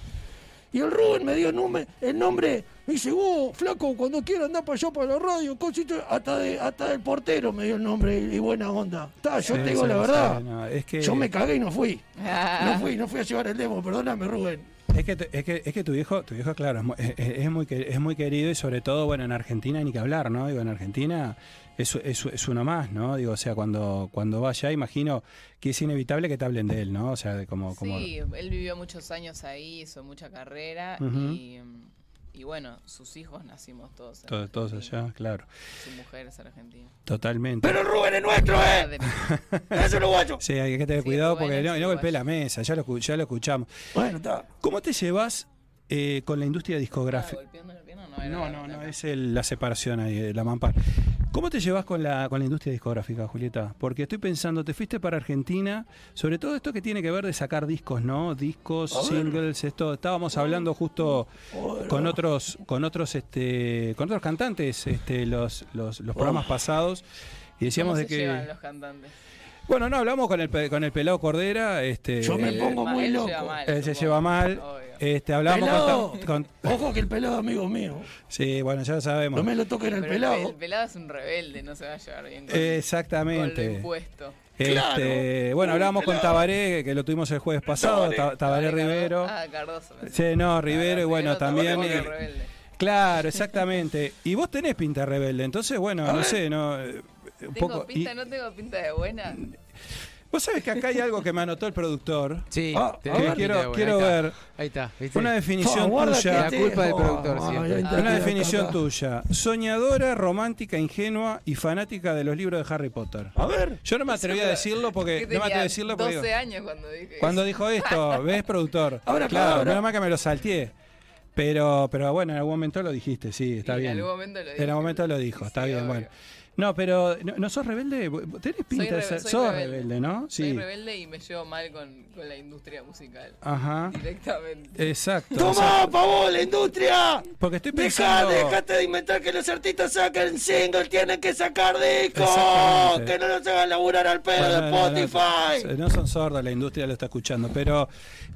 Speaker 6: Y el Rubén me dio el nombre, el nombre me dice, vos, flaco, cuando quieras andá para allá, para la radio, cosito, hasta, de, hasta del portero me dio el nombre y buena onda. Está, yo
Speaker 3: Sí,
Speaker 6: te digo
Speaker 3: sí,
Speaker 6: la
Speaker 3: sí,
Speaker 6: verdad,
Speaker 3: no, es que-
Speaker 6: yo me cagué y no fui.
Speaker 4: Ah.
Speaker 6: No fui, no fui a llevar el demo, perdóname, Rubén.
Speaker 3: Es que, tu- es que, es que tu viejo, tu viejo, claro, es mu- es, es muy, que- es muy querido y sobre todo, bueno, en Argentina ni que hablar, ¿no? Digo, en Argentina es, es, es uno más, ¿no? Digo, o sea, cuando, cuando va allá, imagino que es inevitable que te hablen de él, ¿no? O sea, de como, como
Speaker 4: Sí, él vivió muchos años ahí, hizo mucha carrera
Speaker 3: Ujú.
Speaker 4: y, mm, Y bueno, sus hijos nacimos todos. en
Speaker 3: Todo- todos
Speaker 4: Argentina.
Speaker 3: allá, claro.
Speaker 4: Su mujer es argentina.
Speaker 3: Totalmente.
Speaker 6: Pero Rubén es nuestro,
Speaker 4: Ah,
Speaker 6: ¿eh?
Speaker 4: de-
Speaker 6: Es uruguayo.
Speaker 3: Sí, hay que tener
Speaker 4: Sí,
Speaker 3: cuidado
Speaker 4: Rubén
Speaker 3: porque
Speaker 4: es
Speaker 3: no, no golpee
Speaker 4: uruguayo.
Speaker 3: la mesa, ya lo, escu- ya lo escuchamos.
Speaker 6: Bueno, está.
Speaker 3: ¿Cómo te llevas eh, con la industria
Speaker 4: ¿Estaba
Speaker 3: discográfica?
Speaker 4: golpeando la pierna? No, era
Speaker 3: No,
Speaker 4: la-
Speaker 3: no,
Speaker 4: la-
Speaker 3: no, es el- la separación ahí, eh, la mampar. ¿Cómo te llevas con la, con la industria discográfica, Julieta? Porque estoy pensando, te fuiste para Argentina, sobre todo esto que tiene que ver de sacar discos, ¿no? Discos,
Speaker 6: A ver.
Speaker 3: singles, esto. Estábamos hablando justo
Speaker 6: Hola.
Speaker 3: con otros, con otros, este, con otros cantantes, este, los, los, los programas pasados. Y
Speaker 4: ¿Cómo
Speaker 3: decíamos de
Speaker 4: se llevan
Speaker 3: que.
Speaker 4: los cantantes?
Speaker 3: Bueno, no, hablamos con el, pe- con el pelado Cordera. Este,
Speaker 6: Yo me
Speaker 3: él-
Speaker 6: pongo
Speaker 4: Ma-
Speaker 6: muy
Speaker 4: él
Speaker 6: loco.
Speaker 4: lleva mal,
Speaker 3: Él se
Speaker 4: supongo.
Speaker 3: lleva mal.
Speaker 4: Obvio.
Speaker 3: Este, hablamos
Speaker 6: Pelado.
Speaker 3: con, con-
Speaker 6: Ojo que el pelado es amigo mío.
Speaker 3: Sí, bueno, ya lo sabemos.
Speaker 6: No me lo toquen al
Speaker 4: Pero el pelado.
Speaker 6: pelado.
Speaker 4: el pelado es un rebelde, no se va a llevar bien con, con lo
Speaker 3: Exactamente.
Speaker 4: impuesto.
Speaker 3: Este,
Speaker 6: Claro.
Speaker 3: Bueno, hablábamos con
Speaker 6: Claro.
Speaker 4: Tabaré,
Speaker 3: Tabaré, que lo tuvimos el jueves pasado, Ta- Tabaré
Speaker 4: Cardo-
Speaker 3: Rivero.
Speaker 4: Ah, Cardoso. me
Speaker 3: Sí,
Speaker 4: suena.
Speaker 3: no, Rivero, y
Speaker 4: Rivero
Speaker 3: bueno,
Speaker 4: Tabaré,
Speaker 3: también.
Speaker 4: porque es
Speaker 3: eh,
Speaker 4: rebelde.
Speaker 3: claro, exactamente. Y vos tenés pinta rebelde, entonces, bueno, no sé, no. eh, Un
Speaker 4: ¿Tengo
Speaker 3: poco.
Speaker 4: pinta,
Speaker 3: y- Eh,
Speaker 4: no tengo pinta de buena?
Speaker 3: Vos sabés que acá hay algo que me anotó el productor.
Speaker 5: Sí,
Speaker 6: Ah,
Speaker 5: te-
Speaker 6: a ver.
Speaker 5: ahí
Speaker 3: Quiero-
Speaker 5: está, bueno,
Speaker 3: quiero
Speaker 5: ahí está.
Speaker 3: ver.
Speaker 5: Ahí está. ¿viste?
Speaker 3: Una definición
Speaker 6: Aguarda
Speaker 3: tuya.
Speaker 6: que
Speaker 5: La culpa del
Speaker 6: oh,
Speaker 5: productor siempre.
Speaker 6: ahí está,
Speaker 3: Una
Speaker 6: mira,
Speaker 3: definición
Speaker 6: acá.
Speaker 3: tuya. Soñadora, romántica, ingenua y fanática de los libros de Harry Potter.
Speaker 6: A ver.
Speaker 3: Yo no me atreví a decirlo porque.
Speaker 4: Yo
Speaker 3: No me atreví
Speaker 4: tenía
Speaker 3: a decirlo porque.
Speaker 4: 12
Speaker 3: digo,
Speaker 4: años cuando dije
Speaker 3: Cuando
Speaker 4: eso.
Speaker 3: dijo esto, ¿ves, productor?
Speaker 6: Ahora,
Speaker 3: claro,
Speaker 6: ahora.
Speaker 3: menos mal que me lo salteé. Pero, pero bueno, en algún momento lo dijiste, sí, está
Speaker 4: Y
Speaker 3: bien.
Speaker 4: En algún momento lo dije.
Speaker 3: En algún momento lo dijo,
Speaker 4: Sí,
Speaker 3: está
Speaker 4: sí,
Speaker 3: bien,
Speaker 4: obvio.
Speaker 3: bueno. No, pero ¿no, no sos rebelde? Vos Tenés
Speaker 4: Soy
Speaker 3: pinta de
Speaker 4: rebe-
Speaker 3: ser.
Speaker 4: soy
Speaker 3: sos
Speaker 4: rebelde.
Speaker 3: rebelde, ¿no?
Speaker 4: Soy
Speaker 3: Sí.
Speaker 4: rebelde y me llevo mal con, con la industria musical.
Speaker 3: Ajá.
Speaker 4: Directamente.
Speaker 3: Exacto. o sea,
Speaker 6: ¡Tomá, pavón, la industria!
Speaker 3: porque estoy
Speaker 6: Deja,
Speaker 3: pensando.
Speaker 6: déjate de inventar que los artistas saquen single, tienen que sacar discos,
Speaker 3: Exactamente. pues,
Speaker 6: que no los hagan laburar al pedo
Speaker 3: Bueno,
Speaker 6: de
Speaker 3: no, no,
Speaker 6: Spotify.
Speaker 3: No, son sordos, la industria lo está escuchando. Pero,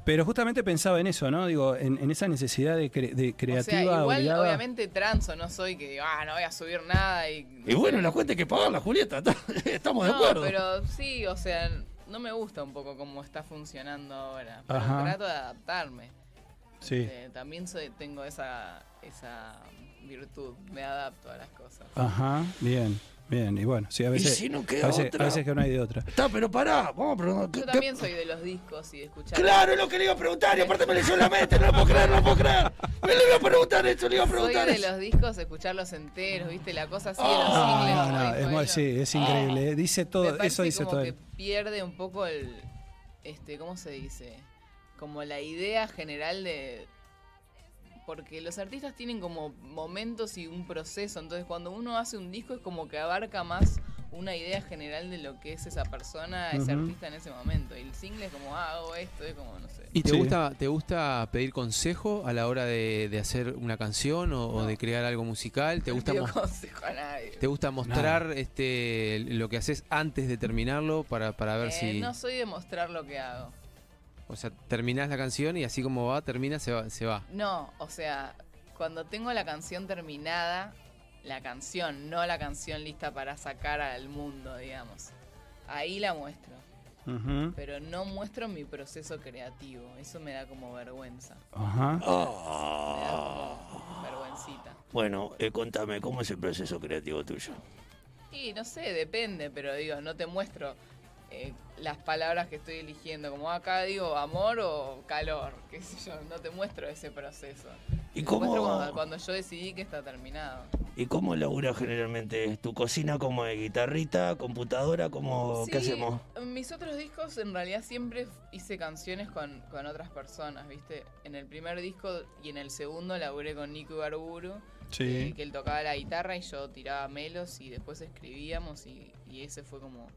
Speaker 3: pero justamente pensaba en eso, ¿no? Digo, en, en esa necesidad de, cre- de
Speaker 4: O sea,
Speaker 3: creativa.
Speaker 4: igual
Speaker 3: obligada.
Speaker 4: obviamente transo no soy que digo, ah, no voy a subir nada y...
Speaker 6: Y bueno, la cuenta hay que pagarla, Julieta, estamos de
Speaker 4: No,
Speaker 6: acuerdo.
Speaker 4: pero sí, o sea, no me gusta un poco cómo está funcionando ahora. Pero
Speaker 3: Ajá.
Speaker 4: trato de adaptarme.
Speaker 3: Sí.
Speaker 4: Eh, también soy, tengo esa, esa virtud, me adapto a las cosas.
Speaker 3: Ajá, bien, bien. Y bueno, sí, a veces,
Speaker 6: si no queda
Speaker 3: a veces,
Speaker 6: otra?
Speaker 3: a veces que no hay de otra.
Speaker 6: Está, pero pará, vamos a preguntar. ¿qué-
Speaker 4: Yo
Speaker 6: qué-
Speaker 4: también soy de los discos y de escuchar.
Speaker 6: Claro, es lo que le iba a preguntar, y aparte me leyó la mente, no lo puedo creer, no lo puedo creer. Me le iba a preguntar eso, le iba a
Speaker 4: Soy
Speaker 6: preguntar
Speaker 4: de
Speaker 6: eso.
Speaker 4: los discos, escucharlos enteros, viste, la cosa así de los
Speaker 3: Ah, No,
Speaker 4: singles.
Speaker 3: no,
Speaker 4: como
Speaker 3: no,
Speaker 4: dijo
Speaker 3: es, muy-
Speaker 4: él,
Speaker 3: sí, es increíble. eh, Dice
Speaker 4: Ah, Me
Speaker 3: todo,
Speaker 4: parece
Speaker 3: eso dice
Speaker 4: como
Speaker 3: todo.
Speaker 4: que pierde un poco el este cómo se dice como la idea general de porque los artistas tienen como momentos y un proceso entonces cuando uno hace un disco es como que abarca más una idea general de lo que es esa persona ese
Speaker 3: Ujú.
Speaker 4: artista en ese momento y el single es como ah, hago esto es como no sé
Speaker 5: ¿Y te,
Speaker 3: Sí.
Speaker 5: gusta, te gusta pedir consejo a la hora de, de hacer una canción o, o de crear algo musical? ¿Te
Speaker 4: No
Speaker 5: gusta,
Speaker 4: pido
Speaker 5: mos-
Speaker 4: consejo a nadie
Speaker 5: te gusta mostrar este, lo que haces antes de terminarlo para, para ver
Speaker 4: Eh,
Speaker 5: si...
Speaker 4: no soy de mostrar lo que hago
Speaker 5: O sea, terminás la canción y así como va, termina, se va. Se va.
Speaker 4: No, o sea, cuando tengo la canción terminada, la canción, no la canción lista para sacar al mundo, digamos. Ahí la muestro,
Speaker 3: Ujú,
Speaker 4: pero no muestro mi proceso creativo. Eso me da como vergüenza.
Speaker 3: Ajá.
Speaker 4: Me
Speaker 6: Ah,
Speaker 4: da como vergüencita.
Speaker 6: bueno, eh, contame, ¿cómo es el proceso creativo tuyo?
Speaker 4: Y no sé, depende, pero digo, no te muestro eh, las palabras que estoy eligiendo. Como "Ah, acá digo amor o calor, qué sé yo, no te muestro ese proceso.
Speaker 6: ¿Y
Speaker 4: Te
Speaker 6: cómo,
Speaker 4: muestro cuando- cuando yo decidí que está terminado.
Speaker 6: ¿Y cómo labura generalmente? ¿Tu cocina como de guitarrita, computadora? ¿Cómo, ¿Qué
Speaker 4: Oh, Sí,
Speaker 6: hacemos?
Speaker 4: en Mis otros discos en realidad siempre f- hice canciones con, con otras personas, ¿viste? En el primer disco y en el segundo laburé con Nico Garburu,
Speaker 3: Sí.
Speaker 4: eh, que él tocaba la guitarra y yo tiraba melos y después escribíamos y, y ese fue como,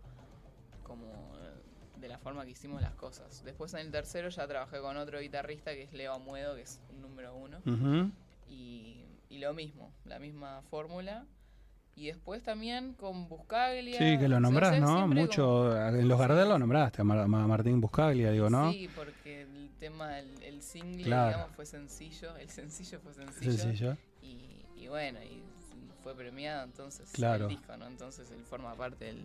Speaker 4: como eh, de la forma que hicimos las cosas. Después en el tercero ya trabajé con otro guitarrista que es Leo Amuedo, que es un número uno
Speaker 3: ujú.
Speaker 4: y, y lo mismo, la misma fórmula. Y después también con
Speaker 3: Sí,
Speaker 4: Buscaglia.
Speaker 3: que
Speaker 4: o sea,
Speaker 3: lo nombrás,
Speaker 4: siempre
Speaker 3: ¿no?
Speaker 4: como-
Speaker 3: Mucho. ah, En los Gardel lo nombraste, a Mar- a Martín Buscaglia, digo, ¿no?
Speaker 4: Sí, porque el tema, el, el single,
Speaker 3: Claro.
Speaker 4: digamos, fue sencillo. El sencillo fue sencillo.
Speaker 3: Sencillo.
Speaker 4: Y, y bueno, y fue premiado entonces
Speaker 3: Claro.
Speaker 4: el disco, ¿no? Entonces él forma parte del,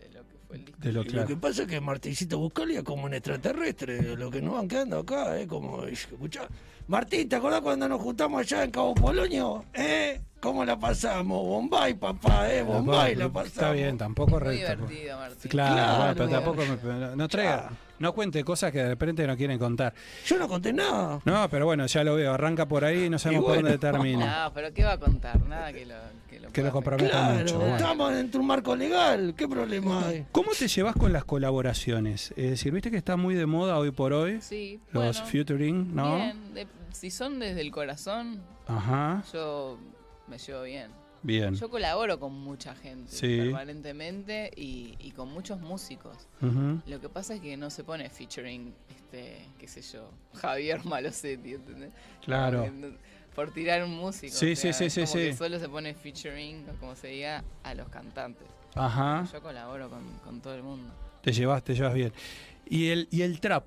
Speaker 4: de lo que fue el disco.
Speaker 3: De lo
Speaker 6: Y Lo que
Speaker 3: claro.
Speaker 6: pasa es que Martincito Buscalia es como un extraterrestre, lo que nos van quedando acá, ¿eh? Como, escuchá, Martín, ¿te acordás cuando nos juntamos allá en Cabo Polonio? ¿Eh? ¿Cómo la pasamos? Bombay, papá, ¿eh? Bombay la pasamos.
Speaker 3: Está bien, tampoco
Speaker 4: Muy
Speaker 3: recto.
Speaker 4: divertido, Martín.
Speaker 3: pues. Claro,
Speaker 6: Claro,
Speaker 3: bueno, pero
Speaker 6: muy
Speaker 3: tampoco me- no traiga, no cuente cosas que de repente no quieren contar.
Speaker 6: Yo no conté nada.
Speaker 3: No, pero bueno, ya lo veo, arranca por ahí y no sabemos
Speaker 6: Y
Speaker 3: por
Speaker 6: bueno.
Speaker 3: dónde termina.
Speaker 4: No, pero ¿qué va a contar? Nada que lo
Speaker 3: Que
Speaker 4: Que lo,
Speaker 3: lo
Speaker 4: pueda
Speaker 3: comprometa
Speaker 6: Claro,
Speaker 3: mucho. bueno.
Speaker 6: estamos dentro de un marco legal, ¿qué problema hay?
Speaker 3: ¿Cómo te llevas con las colaboraciones? Es decir, viste que está muy de moda hoy por hoy
Speaker 4: afectar. Sí,
Speaker 3: los
Speaker 4: bueno,
Speaker 3: featuring, ¿no?
Speaker 4: bien, de- si son desde el corazón,
Speaker 3: Ajá,
Speaker 4: yo me llevo bien.
Speaker 3: bien.
Speaker 4: Yo colaboro con mucha gente
Speaker 3: Sí.
Speaker 4: permanentemente y, y con muchos músicos.
Speaker 3: Ujú.
Speaker 4: Lo que pasa es que no se pone featuring, este, qué sé yo, Javier Malosetti, ¿entendés?
Speaker 3: Claro.
Speaker 4: Como que no- Por tirar un músico.
Speaker 3: Sí,
Speaker 4: o sea,
Speaker 3: sí, sí, sí,
Speaker 4: como que
Speaker 3: sí.
Speaker 4: solo se pone featuring, o como se diga, a los cantantes.
Speaker 3: Ajá,
Speaker 4: Yo colaboro con, con todo el mundo.
Speaker 3: te llevas, te llevas bien. ¿Y el, y el trap?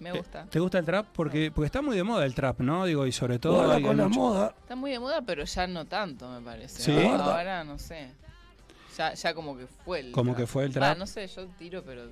Speaker 4: Me
Speaker 3: Eh.
Speaker 4: gusta.
Speaker 3: ¿Te gusta el trap? Porque, porque está muy de moda el trap, ¿no? Digo, y sobre todo...
Speaker 6: Guarda
Speaker 3: hay- hay
Speaker 6: con la
Speaker 3: mucho-
Speaker 6: moda.
Speaker 4: Está muy de moda, pero ya no tanto, me parece.
Speaker 3: Sí.
Speaker 4: Ahora, ahora no sé. Ya, ya como que fue el
Speaker 3: Como que fue el trap.
Speaker 4: Ah, no sé, yo tiro, pero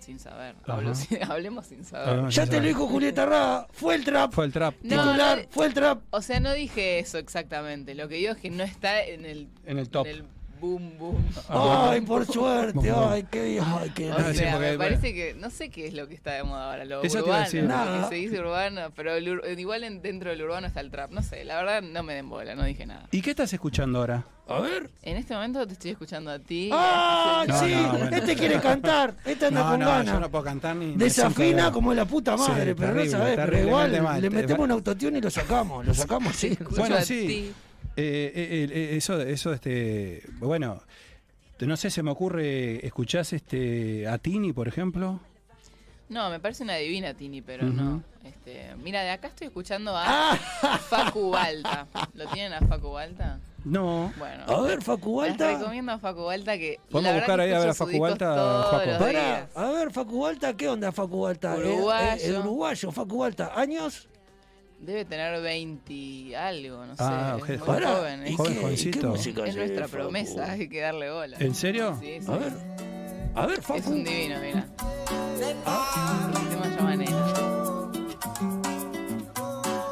Speaker 4: sin saber.
Speaker 3: Ajá.
Speaker 4: Hablo sin- hablemos sin
Speaker 3: Ah,
Speaker 4: saber.
Speaker 3: no,
Speaker 6: Ya te lo dijo Julieta Rada, fue el trap.
Speaker 3: Fue el trap.
Speaker 4: No, eh,
Speaker 6: Titular,
Speaker 4: no,
Speaker 6: fue el trap.
Speaker 4: O sea, no dije eso exactamente. Lo que digo es que no está en el,
Speaker 3: En el top.
Speaker 4: en el boom, boom.
Speaker 3: Ah,
Speaker 6: Ay, por suerte,
Speaker 3: Bueno.
Speaker 6: ay, qué, ay, qué.
Speaker 4: O
Speaker 3: Ah, sí,
Speaker 4: sea,
Speaker 3: porque,
Speaker 4: me
Speaker 3: bueno.
Speaker 4: parece que no sé qué es lo que está de moda ahora, lo
Speaker 3: Eso te iba a
Speaker 4: urbano,
Speaker 3: decir.
Speaker 4: lo
Speaker 6: Nada.
Speaker 4: que se dice urbano, pero el ur- eh, igual en- dentro del urbano está el trap, no sé, la verdad no me den bola, no dije nada.
Speaker 3: ¿Y qué estás escuchando ahora?
Speaker 6: A ver.
Speaker 4: En este momento te estoy escuchando a ti.
Speaker 6: ¡Ah,
Speaker 3: No,
Speaker 6: sí!
Speaker 3: no, bueno.
Speaker 6: Este quiere cantar, este anda con ganas.
Speaker 3: puedo cantar ni...
Speaker 6: Desafina como la puta madre,
Speaker 3: Sí,
Speaker 6: pero
Speaker 3: terrible,
Speaker 6: no sabés, pero
Speaker 3: terriblemente
Speaker 6: igual
Speaker 3: mal,
Speaker 6: le
Speaker 3: te-
Speaker 6: metemos un autotune y lo sacamos, lo sacamos sí.
Speaker 4: Escucho
Speaker 3: Bueno,
Speaker 4: a
Speaker 3: sí.
Speaker 4: ti.
Speaker 3: Eh, eh, eh, eso, eso, este, bueno, no sé, se me ocurre, ¿escuchás este, a Tini, por ejemplo?
Speaker 4: No, me parece una divina Tini, pero
Speaker 3: Ujú.
Speaker 4: no. Este, mira, de acá estoy escuchando a
Speaker 6: Ah,
Speaker 4: Facu Balta. ¿Lo tienen a Facu Balta?
Speaker 3: No.
Speaker 4: Bueno.
Speaker 6: a ver, Facu
Speaker 4: Les
Speaker 6: Balta.
Speaker 4: recomiendo a Facu Balta que.
Speaker 3: Podemos
Speaker 4: la verdad
Speaker 3: buscar
Speaker 4: que
Speaker 3: ahí a ver a
Speaker 4: escucho sus
Speaker 3: Facu Balta,
Speaker 4: discos todos
Speaker 3: Juaco.
Speaker 4: los
Speaker 6: Pará,
Speaker 4: días.
Speaker 6: a ver, Facu Balta, ¿qué onda Facu Balta? Eh, eh,
Speaker 4: Uruguayo.
Speaker 6: uruguayo, Facu Balta. ¿Años?
Speaker 4: Debe tener 20 algo, no
Speaker 3: Ah,
Speaker 4: sé. es
Speaker 3: ok,
Speaker 4: muy
Speaker 6: Pará.
Speaker 4: joven.
Speaker 6: ¿y
Speaker 4: Es,
Speaker 3: Joven,
Speaker 6: qué- y
Speaker 3: jovencito.
Speaker 6: qué música
Speaker 4: es
Speaker 6: hace
Speaker 4: nuestra
Speaker 6: Facu?
Speaker 4: promesa, hay que darle bola.
Speaker 3: ¿En serio? Ah,
Speaker 4: Sí, sí.
Speaker 6: A ver, a ver,
Speaker 4: Es
Speaker 6: Facu.
Speaker 4: un divino, mira. El tema se llama Nena.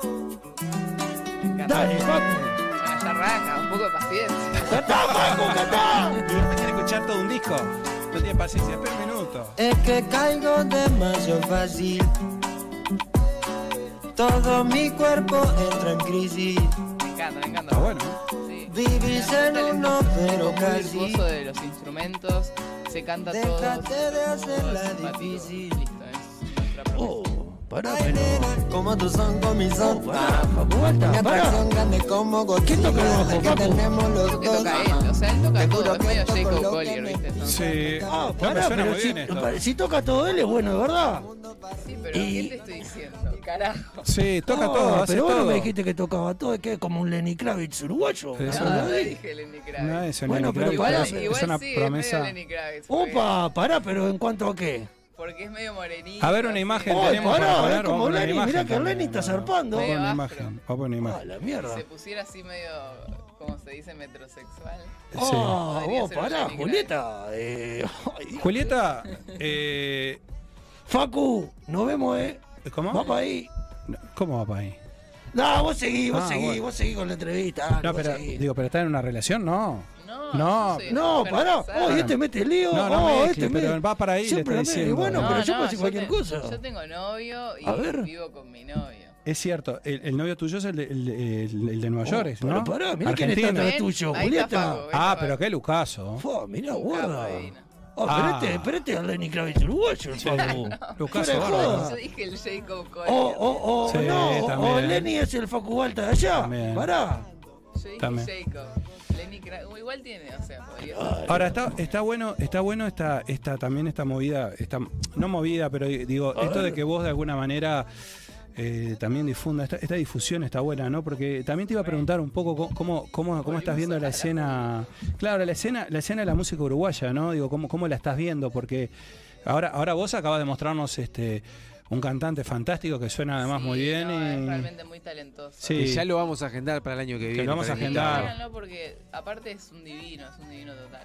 Speaker 4: Me encanta.
Speaker 6: Dale, Facu.
Speaker 4: Bueno, ya arranca, un poco de paciencia.
Speaker 6: Cantá, Facu, cantá.
Speaker 3: Y después tiene que escuchar todo un disco. No tiene paciencia, espera un minuto.
Speaker 7: Es que caigo demasiado fácil. Todo mi cuerpo entra en crisis.
Speaker 4: Me encanta, me encanta.
Speaker 3: Está Ah, bueno.
Speaker 4: Sí.
Speaker 7: Vivís
Speaker 4: Es
Speaker 7: en
Speaker 4: talentoso,
Speaker 7: uno, pero
Speaker 4: muy
Speaker 7: casi.
Speaker 4: virtuoso de los instrumentos, se canta todo.
Speaker 7: Déjate de hacerla
Speaker 4: todo es simpático.
Speaker 7: difícil.
Speaker 4: Listo, es nuestra promesa.
Speaker 6: Oh, pará,
Speaker 7: Ay,
Speaker 6: pero.
Speaker 7: nena, como tu son con mi
Speaker 6: Oh,
Speaker 7: son.
Speaker 6: pará, Facu
Speaker 7: Una
Speaker 6: Balta, pará.
Speaker 7: atracción grande como Godzilla.
Speaker 6: ¿Quién toca el bajo,
Speaker 7: la que
Speaker 6: Paco?
Speaker 7: tenemos
Speaker 4: Lo
Speaker 7: los
Speaker 4: que
Speaker 7: dos.
Speaker 4: toca eh? él, o sea, él toca
Speaker 7: Te
Speaker 4: todo,
Speaker 7: juro
Speaker 4: es medio
Speaker 7: que toco
Speaker 4: Jacob
Speaker 7: lo que
Speaker 4: Collier,
Speaker 7: me-
Speaker 4: ¿viste? Son-
Speaker 3: Sí.
Speaker 6: Ah,
Speaker 3: No, me
Speaker 6: pará,
Speaker 3: suena
Speaker 6: pero
Speaker 3: muy
Speaker 6: si,
Speaker 3: bien esto.
Speaker 6: si toca todo él es bueno, de verdad.
Speaker 4: Sí, pero ¿qué te estoy diciendo? Carajo.
Speaker 3: Sí, toca
Speaker 6: No,
Speaker 3: todo, hace
Speaker 6: pero vos
Speaker 3: todo.
Speaker 6: no me dijiste que tocaba todo, es que es como un Lenny Kravitz uruguayo.
Speaker 3: Sí, sí.
Speaker 6: Eso no
Speaker 4: No,
Speaker 6: lo
Speaker 4: no
Speaker 6: dije.
Speaker 4: Ah, dije Lenny Kravitz.
Speaker 3: No, es
Speaker 6: Bueno,
Speaker 3: Lenny
Speaker 6: pero
Speaker 3: Kravitz,
Speaker 6: pará,
Speaker 4: igual
Speaker 3: es,
Speaker 4: igual
Speaker 3: una
Speaker 4: sí, es medio
Speaker 3: promesa.
Speaker 4: Lenny Kravitz. porque-
Speaker 6: Opa, pará, pero ¿en cuanto a qué?
Speaker 4: Porque es medio morenito.
Speaker 3: A ver una
Speaker 4: así,
Speaker 3: imagen,
Speaker 4: medio-
Speaker 6: Oye,
Speaker 3: tenemos
Speaker 6: pará,
Speaker 3: para
Speaker 6: es
Speaker 3: poner,
Speaker 6: como
Speaker 3: vamos a poner
Speaker 6: Lenny,
Speaker 3: imagen
Speaker 6: mirá que
Speaker 3: también,
Speaker 6: Lenny está
Speaker 3: ¿no? Vamos a
Speaker 6: zarpando.
Speaker 3: poner
Speaker 4: Medio
Speaker 3: imagen,
Speaker 4: astro.
Speaker 3: vamos a poner
Speaker 6: Ah,
Speaker 3: imagen.
Speaker 6: la
Speaker 4: Si
Speaker 6: mierda.
Speaker 4: se pusiera así medio, como se dice, metrosexual.
Speaker 3: Sí.
Speaker 6: Ah,
Speaker 4: Podría
Speaker 6: vos,
Speaker 4: ser un
Speaker 6: pará,
Speaker 4: Lenny
Speaker 6: Julieta. eh, ay,
Speaker 3: Julieta, eh,
Speaker 6: Facu, nos vemos, eh.
Speaker 3: ¿cómo?
Speaker 6: Va para ahí.
Speaker 3: ¿Cómo va para ahí?
Speaker 6: No, vos seguís, vos
Speaker 3: Ah,
Speaker 6: seguís,
Speaker 3: bueno.
Speaker 6: vos seguís con la entrevista. dale,
Speaker 3: No,
Speaker 6: vos
Speaker 3: pero,
Speaker 6: seguís.
Speaker 3: digo, pero está en una relación, no.
Speaker 4: No,
Speaker 3: No,
Speaker 4: yo soy
Speaker 6: No,
Speaker 4: mujer
Speaker 6: pará.
Speaker 4: casada.
Speaker 6: Oh, y este mete lío.
Speaker 3: No, no
Speaker 6: oh,
Speaker 3: mezcle,
Speaker 6: este
Speaker 3: pero
Speaker 6: mete-
Speaker 3: va para ahí, le
Speaker 6: Siempre
Speaker 3: estoy
Speaker 6: mete- y
Speaker 3: diciendo.
Speaker 6: Bueno,
Speaker 3: No,
Speaker 6: pero yo pasé
Speaker 4: yo
Speaker 6: cualquier
Speaker 4: te-
Speaker 6: cosa.
Speaker 4: Yo tengo novio y
Speaker 6: A ver.
Speaker 4: vivo con mi novio.
Speaker 3: Es cierto, el, el novio tuyo es el de, el de- el- el de Nueva
Speaker 6: Oh,
Speaker 3: York, es,
Speaker 6: pero
Speaker 3: ¿no?
Speaker 6: pará, mirá quién está
Speaker 3: Argentino.
Speaker 6: atrás.
Speaker 4: ¿Ven?
Speaker 6: tuyo,
Speaker 4: Ahí
Speaker 6: Julieta.
Speaker 4: Está Facu, ven,
Speaker 3: Ah,
Speaker 4: Facu.
Speaker 3: pero qué lucaso.
Speaker 6: Fua, mirá,
Speaker 4: Un
Speaker 6: guarda.
Speaker 4: capo, divino.
Speaker 6: Oh,
Speaker 3: Ah.
Speaker 6: pero, este, pero este es el Lenny Kravitz uruguayo, el Facu.
Speaker 3: Lucaso,
Speaker 6: Fuera de
Speaker 3: bárbaro.
Speaker 6: joda.
Speaker 4: Yo dije el Jacob Collier.
Speaker 6: O, o, o,
Speaker 3: Sí,
Speaker 6: oh, no, o- o
Speaker 3: también.
Speaker 6: Lenny es el Facu Balta de allá.
Speaker 3: También.
Speaker 6: Pará.
Speaker 4: Yo dije
Speaker 3: También.
Speaker 4: Jacob. Lenny Kra- o Igual tiene, o sea, podría ser.
Speaker 3: Ahora está, está bueno, está bueno esta, esta también esta movida, esta, no movida, pero digo,
Speaker 6: A
Speaker 3: esto de
Speaker 6: ver.
Speaker 3: que vos de alguna manera eh, también difunda, esta, esta difusión está buena, ¿no? Porque también te iba a preguntar un poco co- cómo, cómo, cómo estás viendo la escena, claro, la escena, la escena de la música uruguaya, ¿no? Digo, cómo, cómo la estás viendo, porque ahora, ahora vos acabas de mostrarnos este un cantante fantástico que suena además
Speaker 4: Sí,
Speaker 3: Ah, muy bien
Speaker 4: no,
Speaker 3: y-
Speaker 4: Es realmente muy talentoso.
Speaker 3: Sí.
Speaker 5: Que ya lo vamos a agendar para el año que viene.
Speaker 3: lo vamos a
Speaker 5: para
Speaker 3: agendar.
Speaker 5: invitarlo.
Speaker 4: Síganlo porque aparte es un divino, es un divino total.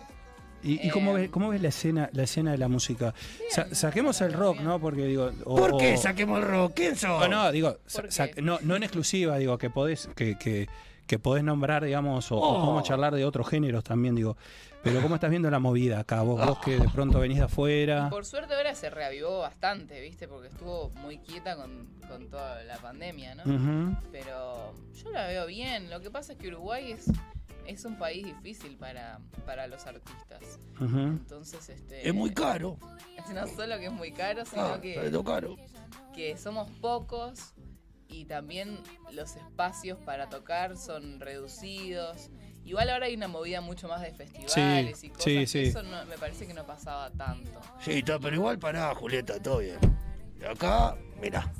Speaker 3: ¿Y, y cómo,
Speaker 4: Eh,
Speaker 3: ves, cómo ves la escena, la escena de la música? Sa- saquemos el rock, ¿no? Porque digo. o-
Speaker 6: ¿Por qué
Speaker 3: o-
Speaker 6: saquemos el rock? ¿Quién sos?
Speaker 3: o no, digo, sa-
Speaker 4: qué?
Speaker 3: sa- no, no en exclusiva, digo, que podés, que, que, que podés nombrar, digamos, o,
Speaker 6: Oh.
Speaker 3: cómo charlar de otros géneros también, digo. Pero ¿cómo estás viendo la movida acá? Vos, vos que de pronto venís de afuera.
Speaker 4: Por suerte ahora se reavivó bastante, ¿viste? Porque estuvo muy quieta con, con toda la pandemia, ¿no?
Speaker 3: Ujú.
Speaker 4: Pero yo la veo bien. Lo que pasa es que Uruguay es, es un país difícil para, para los artistas.
Speaker 3: Ujú.
Speaker 4: Entonces, este.
Speaker 6: Es muy caro.
Speaker 4: No solo que es muy caro, sino
Speaker 6: Ah,
Speaker 4: que,
Speaker 6: es caro.
Speaker 4: que somos pocos y también los espacios para tocar son reducidos. Igual ahora hay una movida mucho más de festivales
Speaker 3: Sí,
Speaker 4: y cosas.
Speaker 3: sí,
Speaker 4: que
Speaker 3: sí.
Speaker 4: Eso no- me parece que no pasaba tanto.
Speaker 6: Sí, está, pero igual pará, Julieta, todo bien. Acá, mirá.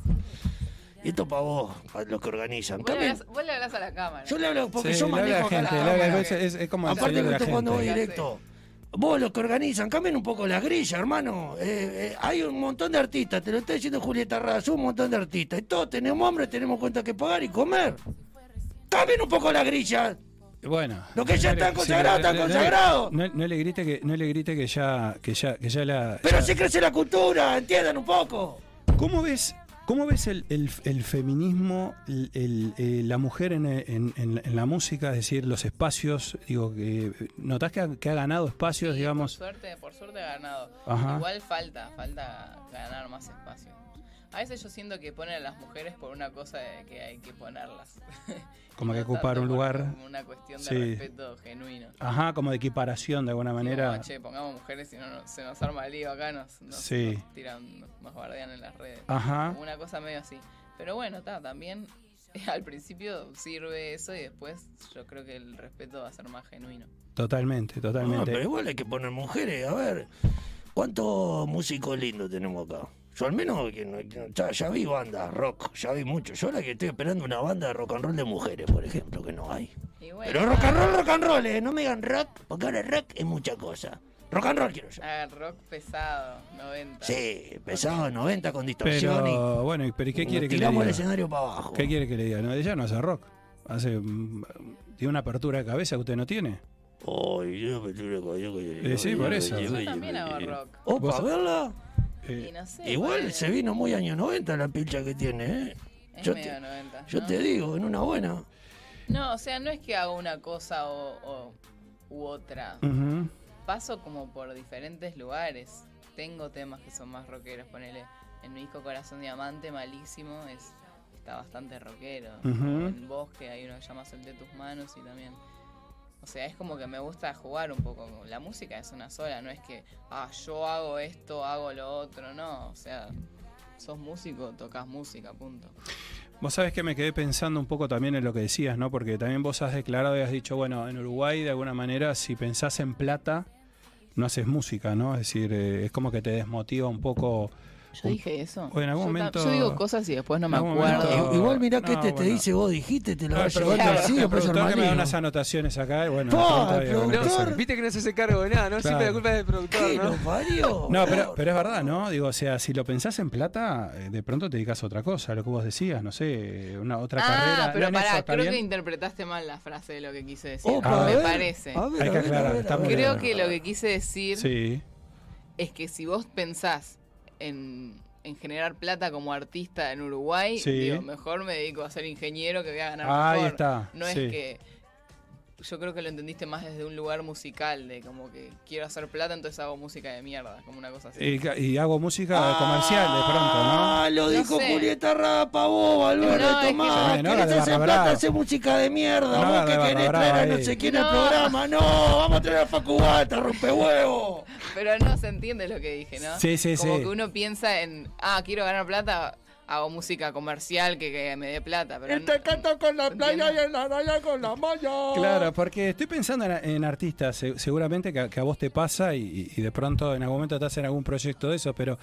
Speaker 6: Y esto para vos, para los que organizan.
Speaker 4: Vos le
Speaker 6: Cambien-
Speaker 4: hablas- vos le hablas a la cámara.
Speaker 6: Yo le hablo porque
Speaker 3: Sí,
Speaker 6: yo
Speaker 3: le habla
Speaker 6: manejo
Speaker 3: a la
Speaker 6: acá
Speaker 3: gente,
Speaker 6: la
Speaker 3: le habla-
Speaker 6: cámara.
Speaker 3: es, es como el
Speaker 6: Aparte
Speaker 3: cerebro
Speaker 6: que
Speaker 3: de la
Speaker 6: esto cuando
Speaker 3: gente.
Speaker 6: voy
Speaker 4: Ya sé.
Speaker 6: directo. Vos los que organizan, cambien un poco las grillas, hermano. Eh, eh, hay un montón de artistas, te lo está diciendo Julieta Raz, un montón de artistas. Y todos tenemos hambre, tenemos cuentas que pagar y comer. Cambien un poco las grillas.
Speaker 3: Bueno.
Speaker 6: Los que ya
Speaker 3: no le-
Speaker 6: están
Speaker 3: sí,
Speaker 6: consagrados,
Speaker 3: no-
Speaker 6: están
Speaker 3: no- no le-
Speaker 6: consagrados.
Speaker 3: No, no le grite que, no le grite que ya, que ya, que ya la.
Speaker 6: Pero
Speaker 3: ya-
Speaker 6: así crece la cultura, entiendan un poco.
Speaker 3: ¿Cómo ves, cómo ves el, el- el feminismo, el- el- eh, la mujer en, en- en- en la música, es decir, los espacios? Digo, que ¿notás que ha, que ha ganado espacios,
Speaker 4: Sí,
Speaker 3: digamos?
Speaker 4: Por suerte, por suerte ha ganado.
Speaker 3: Ajá.
Speaker 4: Igual falta, falta ganar más espacio. A veces yo siento que ponen a las mujeres por una cosa de que hay que ponerlas.
Speaker 3: Como que
Speaker 4: No
Speaker 3: ocupar
Speaker 4: tanto
Speaker 3: un
Speaker 4: por
Speaker 3: lugar.
Speaker 4: Como una cuestión de
Speaker 3: Sí.
Speaker 4: respeto genuino.
Speaker 3: Ajá, como de equiparación de alguna
Speaker 4: Como,
Speaker 3: manera.
Speaker 4: che, pongamos mujeres si no, no- se nos arma el lío acá, nos, nos-
Speaker 3: Sí.
Speaker 4: nos tiran, nos- nos bardean en las redes.
Speaker 3: Ajá.
Speaker 4: Como Una cosa medio así. Pero bueno, está, también al principio sirve eso y después yo creo que el respeto va a ser más genuino.
Speaker 3: Totalmente,
Speaker 6: Ah, pero
Speaker 3: totalmente.
Speaker 6: igual hay que poner mujeres, a ver. ¿Cuántos músicos lindos tenemos acá? Yo al menos que no- que no- ya, ya vi bandas rock, ya vi mucho. Yo ahora que estoy esperando una banda de rock and roll de mujeres, por ejemplo, que no hay.
Speaker 4: Y bueno,
Speaker 6: Pero rock and roll, rock and roll, eh, no me digan rock, porque ahora rock es mucha cosa. Rock and roll quiero yo.
Speaker 4: ah, rock pesado, 90.
Speaker 6: Sí, pesado 90 con distorsión
Speaker 3: Pero, bueno, ¿y- pero ¿y
Speaker 6: y
Speaker 3: qué quiere
Speaker 6: nos
Speaker 3: que le
Speaker 6: tiramos el
Speaker 3: diga?
Speaker 6: escenario para abajo.
Speaker 3: ¿Qué quiere que le diga? No, ella no hace rock. Hace. mm, Tiene una apertura de cabeza que usted no tiene.
Speaker 6: Ay, yo me tiro con- yo-
Speaker 3: Eh, sí, por eso.
Speaker 4: Yo también hago rock.
Speaker 6: Opa,
Speaker 3: Vos-
Speaker 6: verla.
Speaker 3: Eh,
Speaker 4: Y no sé,
Speaker 6: Igual
Speaker 4: ponele,
Speaker 6: se vino muy año 90 la pincha que tiene, ¿eh?
Speaker 4: es
Speaker 6: Yo
Speaker 4: medio
Speaker 6: te,
Speaker 4: 90,
Speaker 6: yo
Speaker 4: ¿no?
Speaker 6: te digo, en una buena.
Speaker 4: No, o sea, no es que hago una cosa o, o- u otra.
Speaker 3: ujú.
Speaker 4: Paso como por diferentes lugares. Tengo temas que son más rockeros, ponele. En mi disco Corazón Diamante, malísimo, es, está bastante rockero.
Speaker 3: Ujú.
Speaker 4: En Bosque hay uno que llama Solté tus manos y también. O sea, es como que me gusta jugar un poco. con- La música es una sola, no es que, ah, yo hago esto, hago lo otro, no. O sea, sos músico, tocas música, punto.
Speaker 3: Vos sabés que me quedé pensando un poco también en lo que decías, ¿no? Porque también vos has declarado y has dicho, bueno, en Uruguay de alguna manera si pensás en plata, no haces música, ¿no? Es decir, eh, es como que te desmotiva un poco.
Speaker 4: Yo dije eso.
Speaker 3: O en algún
Speaker 4: yo, ta-
Speaker 3: momento-
Speaker 4: yo digo cosas y después no me
Speaker 3: en algún
Speaker 4: acuerdo.
Speaker 3: momento-
Speaker 6: I- Igual mirá que
Speaker 3: No,
Speaker 6: este te
Speaker 3: bueno.
Speaker 6: dice, vos dijiste, te lo vas a
Speaker 3: pero vos
Speaker 6: llevar
Speaker 3: te-
Speaker 6: al
Speaker 3: te
Speaker 6: sigo, pero es
Speaker 3: preguntaba que me da
Speaker 6: armadillo.
Speaker 3: unas anotaciones acá y bueno.
Speaker 6: ¡Pah,
Speaker 3: de pronto hay
Speaker 6: el
Speaker 3: alguna cosa.
Speaker 6: productor!
Speaker 5: Viste que no se hace cargo de nada, ¿no? Siempre
Speaker 3: Claro.
Speaker 5: la culpa es del productor,
Speaker 6: ¿Qué
Speaker 5: ¿no?
Speaker 6: lo parió?
Speaker 3: No, pero, pero es verdad, ¿no? Digo, o sea, si lo pensás en plata, eh, de pronto te dedicas a otra cosa, lo que vos decías, no sé, una otra carrera.
Speaker 4: Ah, pero
Speaker 3: No, en eso,
Speaker 4: pará,
Speaker 3: ¿está
Speaker 4: creo
Speaker 3: bien?
Speaker 4: que interpretaste mal la frase de lo que quise decir.
Speaker 6: Opa, a
Speaker 4: me
Speaker 6: ver,
Speaker 4: parece.
Speaker 6: a ver,
Speaker 3: Ah, Hay
Speaker 6: a
Speaker 3: que
Speaker 6: ver,
Speaker 3: aclarar,
Speaker 6: a ver,
Speaker 3: está
Speaker 6: a
Speaker 3: muy
Speaker 6: ver.
Speaker 4: Creo
Speaker 3: bien.
Speaker 4: que lo que quise decir
Speaker 3: Sí.
Speaker 4: es que si vos pensás en, en generar plata como artista en Uruguay,
Speaker 3: Sí.
Speaker 4: digo, mejor me dedico a ser ingeniero que voy a ganar
Speaker 3: Ahí
Speaker 4: mejor.
Speaker 3: está,
Speaker 4: No
Speaker 3: sí.
Speaker 4: es que. Yo creo que lo entendiste más desde un lugar musical, de como que quiero hacer plata, entonces hago música de mierda, como una cosa así.
Speaker 3: Y, ca- y hago música comercial de pronto, ¿no?
Speaker 6: Ah, lo
Speaker 4: No
Speaker 6: dijo
Speaker 4: sé.
Speaker 6: Julieta Rapa, vos, Valverde,
Speaker 4: No, es que-
Speaker 6: tomá.
Speaker 3: Eh, no,
Speaker 6: ¿Querés
Speaker 3: la de
Speaker 6: hacer
Speaker 3: Barra
Speaker 6: plata?
Speaker 3: Brava.
Speaker 6: Hacer música de mierda.
Speaker 3: No, la
Speaker 6: vos
Speaker 3: de
Speaker 6: que
Speaker 3: Barra
Speaker 6: querés
Speaker 3: Brava eh.
Speaker 6: traer a no
Speaker 3: ahí.
Speaker 6: sé quién al
Speaker 4: No.
Speaker 6: programa. No, vamos a traer a Facubata, rompe huevo.
Speaker 4: Pero no se entiende lo que dije, ¿no?
Speaker 3: Sí, sí,
Speaker 4: Como
Speaker 3: sí.
Speaker 4: que uno piensa en, ah, quiero ganar plata, hago música comercial que, que me dé plata. Pero no-
Speaker 6: con la
Speaker 4: playa y
Speaker 6: en la raya con la malla.
Speaker 3: Claro, porque estoy pensando en, en artistas, se- seguramente que a, que a vos te pasa y, y de pronto en algún momento estás en algún proyecto de esos, pero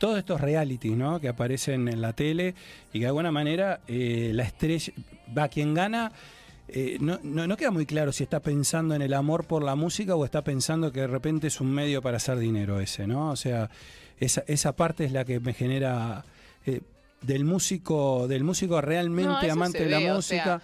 Speaker 3: todos estos realities ¿no? que aparecen en la tele y que de alguna manera eh, la estrella, va quien gana, eh, no, no- no queda muy claro si está pensando en el amor por la música o está pensando que de repente es un medio para hacer dinero ese, ¿no? O sea, esa, esa parte es la que me genera... eh, del músico, del músico realmente
Speaker 4: No, eso
Speaker 3: amante
Speaker 4: se
Speaker 3: de la
Speaker 4: ve, o
Speaker 3: música.
Speaker 4: sea,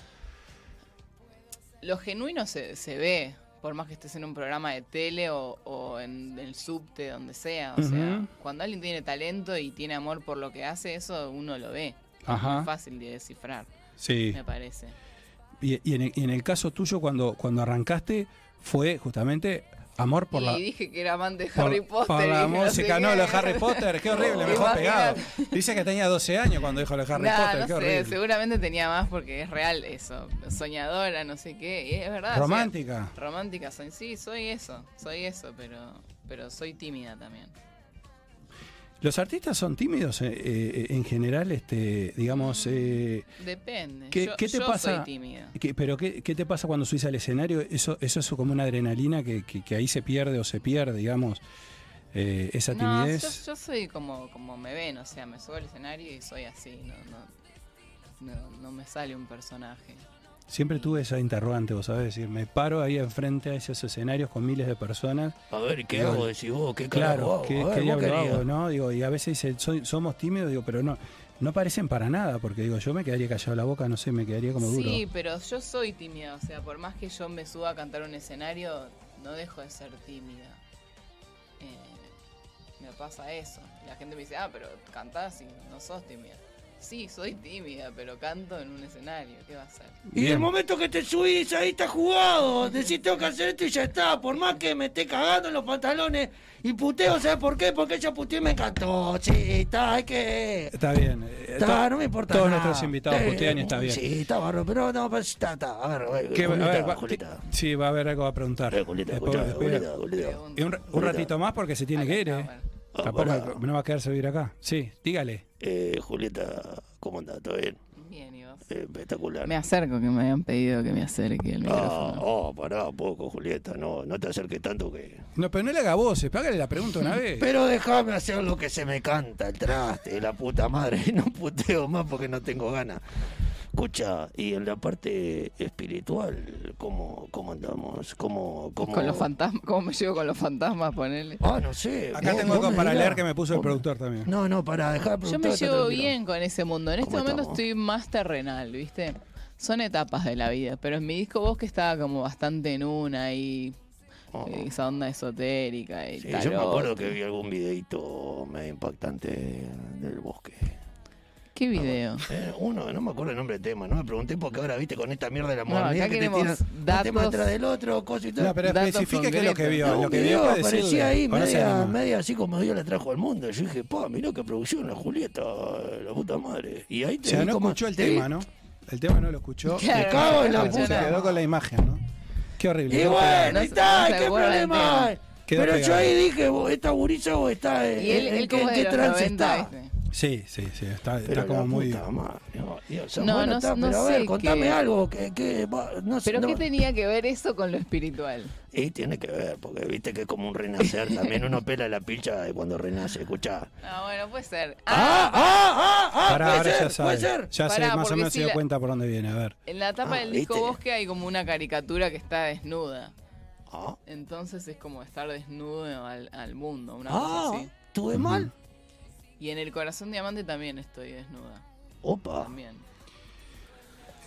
Speaker 4: lo genuino se, se ve, por más que estés en un programa de tele o, o en el subte, donde sea. O
Speaker 3: Ujú.
Speaker 4: sea, cuando alguien tiene talento y tiene amor por lo que hace, eso uno lo ve. Es muy
Speaker 3: Ajá.
Speaker 4: fácil de descifrar,
Speaker 3: Sí.
Speaker 4: me parece.
Speaker 3: Y, y en, el, y en el caso tuyo, cuando, cuando arrancaste, fue justamente amor por
Speaker 4: y
Speaker 3: la.
Speaker 4: dije que era amante de
Speaker 3: por-
Speaker 4: Harry Potter.
Speaker 3: por
Speaker 4: y
Speaker 3: la
Speaker 4: dije, no sé
Speaker 3: música, no,
Speaker 4: qué.
Speaker 3: lo de Harry Potter, qué horrible, me dejó
Speaker 4: Imagínate.
Speaker 3: pegado. Dice que tenía 12 años cuando dijo lo de Harry
Speaker 4: Nah,
Speaker 3: Potter,
Speaker 4: no
Speaker 3: qué
Speaker 4: sé,
Speaker 3: horrible.
Speaker 4: seguramente tenía más porque es real eso. Soñadora, no sé qué. y es verdad. o sea,
Speaker 3: Romántica.
Speaker 4: romántica soy. Sí, soy eso. Soy eso, pero, pero soy tímida también.
Speaker 3: Los artistas son tímidos eh, eh, en general, este, digamos. eh,
Speaker 4: Depende.
Speaker 3: ¿Qué-
Speaker 4: yo,
Speaker 3: qué te
Speaker 4: yo
Speaker 3: pasa?
Speaker 4: soy tímida.
Speaker 3: ¿qué- pero qué, qué te pasa cuando subís al escenario? Eso, eso es como una adrenalina que, que- que ahí se pierde o se pierde, digamos, eh, esa
Speaker 4: No, yo,
Speaker 3: timidez.
Speaker 4: yo soy como, como me ven, o sea, me subo al escenario y soy así. No, no, no, no me sale un personaje.
Speaker 3: Siempre tuve esa interrogante, vos sabés, decir, me paro ahí enfrente a esos escenarios con miles de personas.
Speaker 6: A ver, ¿qué
Speaker 3: Igual.
Speaker 6: hago? Decís vos, ¿qué carajo
Speaker 3: Claro,
Speaker 6: hago?
Speaker 3: ¿qué,
Speaker 6: A ver,
Speaker 3: qué
Speaker 6: vos
Speaker 3: diablo
Speaker 6: qué harías.
Speaker 3: hago, no? Digo, y a veces dicen, "Soy- somos tímidos, digo, pero no, no parecen para nada, porque digo, yo me quedaría callado la boca, no sé, me quedaría como duro.
Speaker 4: Sí, pero yo soy tímida, o sea, por más que yo me suba a cantar un escenario, no dejo de ser tímida. Eh, me pasa eso. La gente me dice, ah, pero cantás y no sos tímida. Sí, soy tímida, pero canto en un escenario, ¿qué va a ser?
Speaker 6: Y
Speaker 3: Bien.
Speaker 6: el momento que te subís, ahí está jugado. Decís, tengo que hacer esto y ya está. Por más que me esté cagando en los pantalones y puteo, ¿sabes por qué? Porque ella puteó y me encantó. Sí, está, hay que.
Speaker 3: Está bien. eh,
Speaker 6: Está,
Speaker 3: to-
Speaker 6: no me importa.
Speaker 3: Todos
Speaker 6: nada.
Speaker 3: nuestros invitados
Speaker 6: Eh,
Speaker 3: putean y está bien.
Speaker 6: Sí, está barro, pero no, pero está, está. A ver, a ver,
Speaker 3: ¿Qué- a ver,
Speaker 6: Julieta,
Speaker 3: va-
Speaker 6: Julieta.
Speaker 3: qué- sí, va a haber algo a preguntar.
Speaker 6: Eh, Julieta,
Speaker 3: Después-
Speaker 6: escuchá,
Speaker 3: después-
Speaker 6: Julieta, Julieta.
Speaker 4: Pregunto.
Speaker 3: y un, un ratito más porque se tiene
Speaker 4: Acá
Speaker 3: que ir,
Speaker 4: está,
Speaker 3: ¿eh?
Speaker 4: bueno.
Speaker 6: Ah, pará.
Speaker 3: Tampoco no va a quedarse a vivir acá. Sí, dígale.
Speaker 6: Eh, Julieta, ¿cómo andás? ¿Todo bien?
Speaker 4: Bien, y vos.
Speaker 6: Eh, espectacular.
Speaker 4: Me acerco, que me habían pedido que me acerque el
Speaker 6: Ah,
Speaker 4: micrófono.
Speaker 6: oh, pará un poco, Julieta. No, no te acerques tanto que.
Speaker 3: No, pero no le haga voces, pero hágale la pregunta una vez.
Speaker 6: Pero déjame hacer lo que se me canta, el traste, la puta madre. No puteo más porque no tengo ganas. Escucha, y en la parte espiritual, ¿cómo, cómo andamos? ¿Cómo, cómo...
Speaker 4: Con los fantasmas, ¿cómo me llevo con los fantasmas? Ponele.
Speaker 6: Ah, no sé.
Speaker 3: Acá
Speaker 6: vos-
Speaker 3: tengo
Speaker 6: vos
Speaker 3: algo
Speaker 6: me
Speaker 3: para
Speaker 6: dirás.
Speaker 3: leer que me puso el
Speaker 6: Vos-
Speaker 3: productor también.
Speaker 6: No, no, para dejar
Speaker 4: Yo me llevo bien con ese mundo. En este
Speaker 6: ¿Cómo
Speaker 4: momento
Speaker 6: estamos?
Speaker 4: estoy más terrenal, ¿viste? Son etapas de la vida, pero en mi disco Vos que estaba como bastante en una y eh, esa onda esotérica y
Speaker 6: Oh, Sí,
Speaker 4: tarot.
Speaker 6: yo me acuerdo que vi algún videito medio impactante del bosque.
Speaker 4: ¿Qué video?
Speaker 6: Eh, uno, no me acuerdo el nombre del tema, no me pregunté porque ahora viste con esta mierda de la
Speaker 4: No, acá
Speaker 6: modernidad que te
Speaker 4: queremos
Speaker 6: tiran un tema
Speaker 4: datos.
Speaker 6: atrás del otro, cosas y todo.
Speaker 3: No, pero
Speaker 4: Datos
Speaker 3: especifique qué es lo que vio.
Speaker 4: concretos.
Speaker 6: No,
Speaker 3: lo
Speaker 6: un
Speaker 3: que
Speaker 6: video
Speaker 3: vio puede decirle,
Speaker 6: aparecía ahí,
Speaker 3: o no se
Speaker 6: media,
Speaker 3: anima.
Speaker 6: media así como Dios la trajo al mundo. Yo dije, pa, mirá qué producción, la Julieta, la puta madre. Y ahí
Speaker 3: O
Speaker 6: te
Speaker 3: sea,
Speaker 6: vi
Speaker 3: no
Speaker 6: cómo-
Speaker 3: escuchó el
Speaker 6: te-
Speaker 3: tema, ¿no? El tema no lo escuchó. Ah,
Speaker 4: Claro,
Speaker 6: me cago en
Speaker 4: no
Speaker 6: la
Speaker 4: escuchó
Speaker 3: Se
Speaker 6: puta.
Speaker 4: nada.
Speaker 3: quedó con la imagen, ¿no? Qué horrible.
Speaker 6: Y bueno,
Speaker 4: no
Speaker 6: ahí
Speaker 4: se-
Speaker 6: está,
Speaker 4: no se
Speaker 6: ¿qué
Speaker 4: acuerda del
Speaker 6: problema hay?
Speaker 4: tema.
Speaker 3: Quedó
Speaker 6: Pero yo
Speaker 3: pegado.
Speaker 6: ahí dije, vos, esta gurisa o está en,
Speaker 4: Y él,
Speaker 6: Ah, en
Speaker 4: él
Speaker 6: qué,
Speaker 4: como
Speaker 6: en qué
Speaker 4: de los
Speaker 6: trance
Speaker 4: 90,
Speaker 6: está.
Speaker 4: ¿viste?
Speaker 3: Sí, sí, sí. Está, está
Speaker 6: Pero
Speaker 3: como
Speaker 6: la
Speaker 3: muy.
Speaker 6: puta madre, no, Dios,
Speaker 4: No,
Speaker 6: bueno,
Speaker 4: no-
Speaker 6: está,
Speaker 4: no
Speaker 6: pero a ver,
Speaker 4: sé
Speaker 6: contame
Speaker 4: qué-
Speaker 6: algo que, que va- no sé,
Speaker 4: ¿Pero
Speaker 6: no-
Speaker 4: qué tenía que ver eso con lo espiritual?
Speaker 6: Y tiene que ver, porque viste que es como un renacer también. Uno pela la pilcha de cuando renace, escuchá.
Speaker 4: Ah, bueno, puede ser.
Speaker 6: ¡Ah, ah, ah! ah
Speaker 3: Pará,
Speaker 6: puede
Speaker 3: ahora
Speaker 6: ser,
Speaker 3: ya sabe.
Speaker 6: puede ser.
Speaker 3: Ya
Speaker 4: Pará,
Speaker 3: se, más o
Speaker 4: porque
Speaker 3: menos
Speaker 4: si
Speaker 3: se dio
Speaker 4: la-
Speaker 3: cuenta por dónde viene. A ver.
Speaker 4: En la tapa
Speaker 6: Ah,
Speaker 4: del disco
Speaker 6: ¿viste?
Speaker 4: Bosque hay como una caricatura que está desnuda.
Speaker 6: Ah,
Speaker 4: Entonces es como estar desnudo al, al mundo, una cosa
Speaker 6: ah
Speaker 4: así.
Speaker 6: ¿tuve mal?
Speaker 4: Y en el corazón diamante también estoy desnuda.
Speaker 6: Opa.
Speaker 4: También.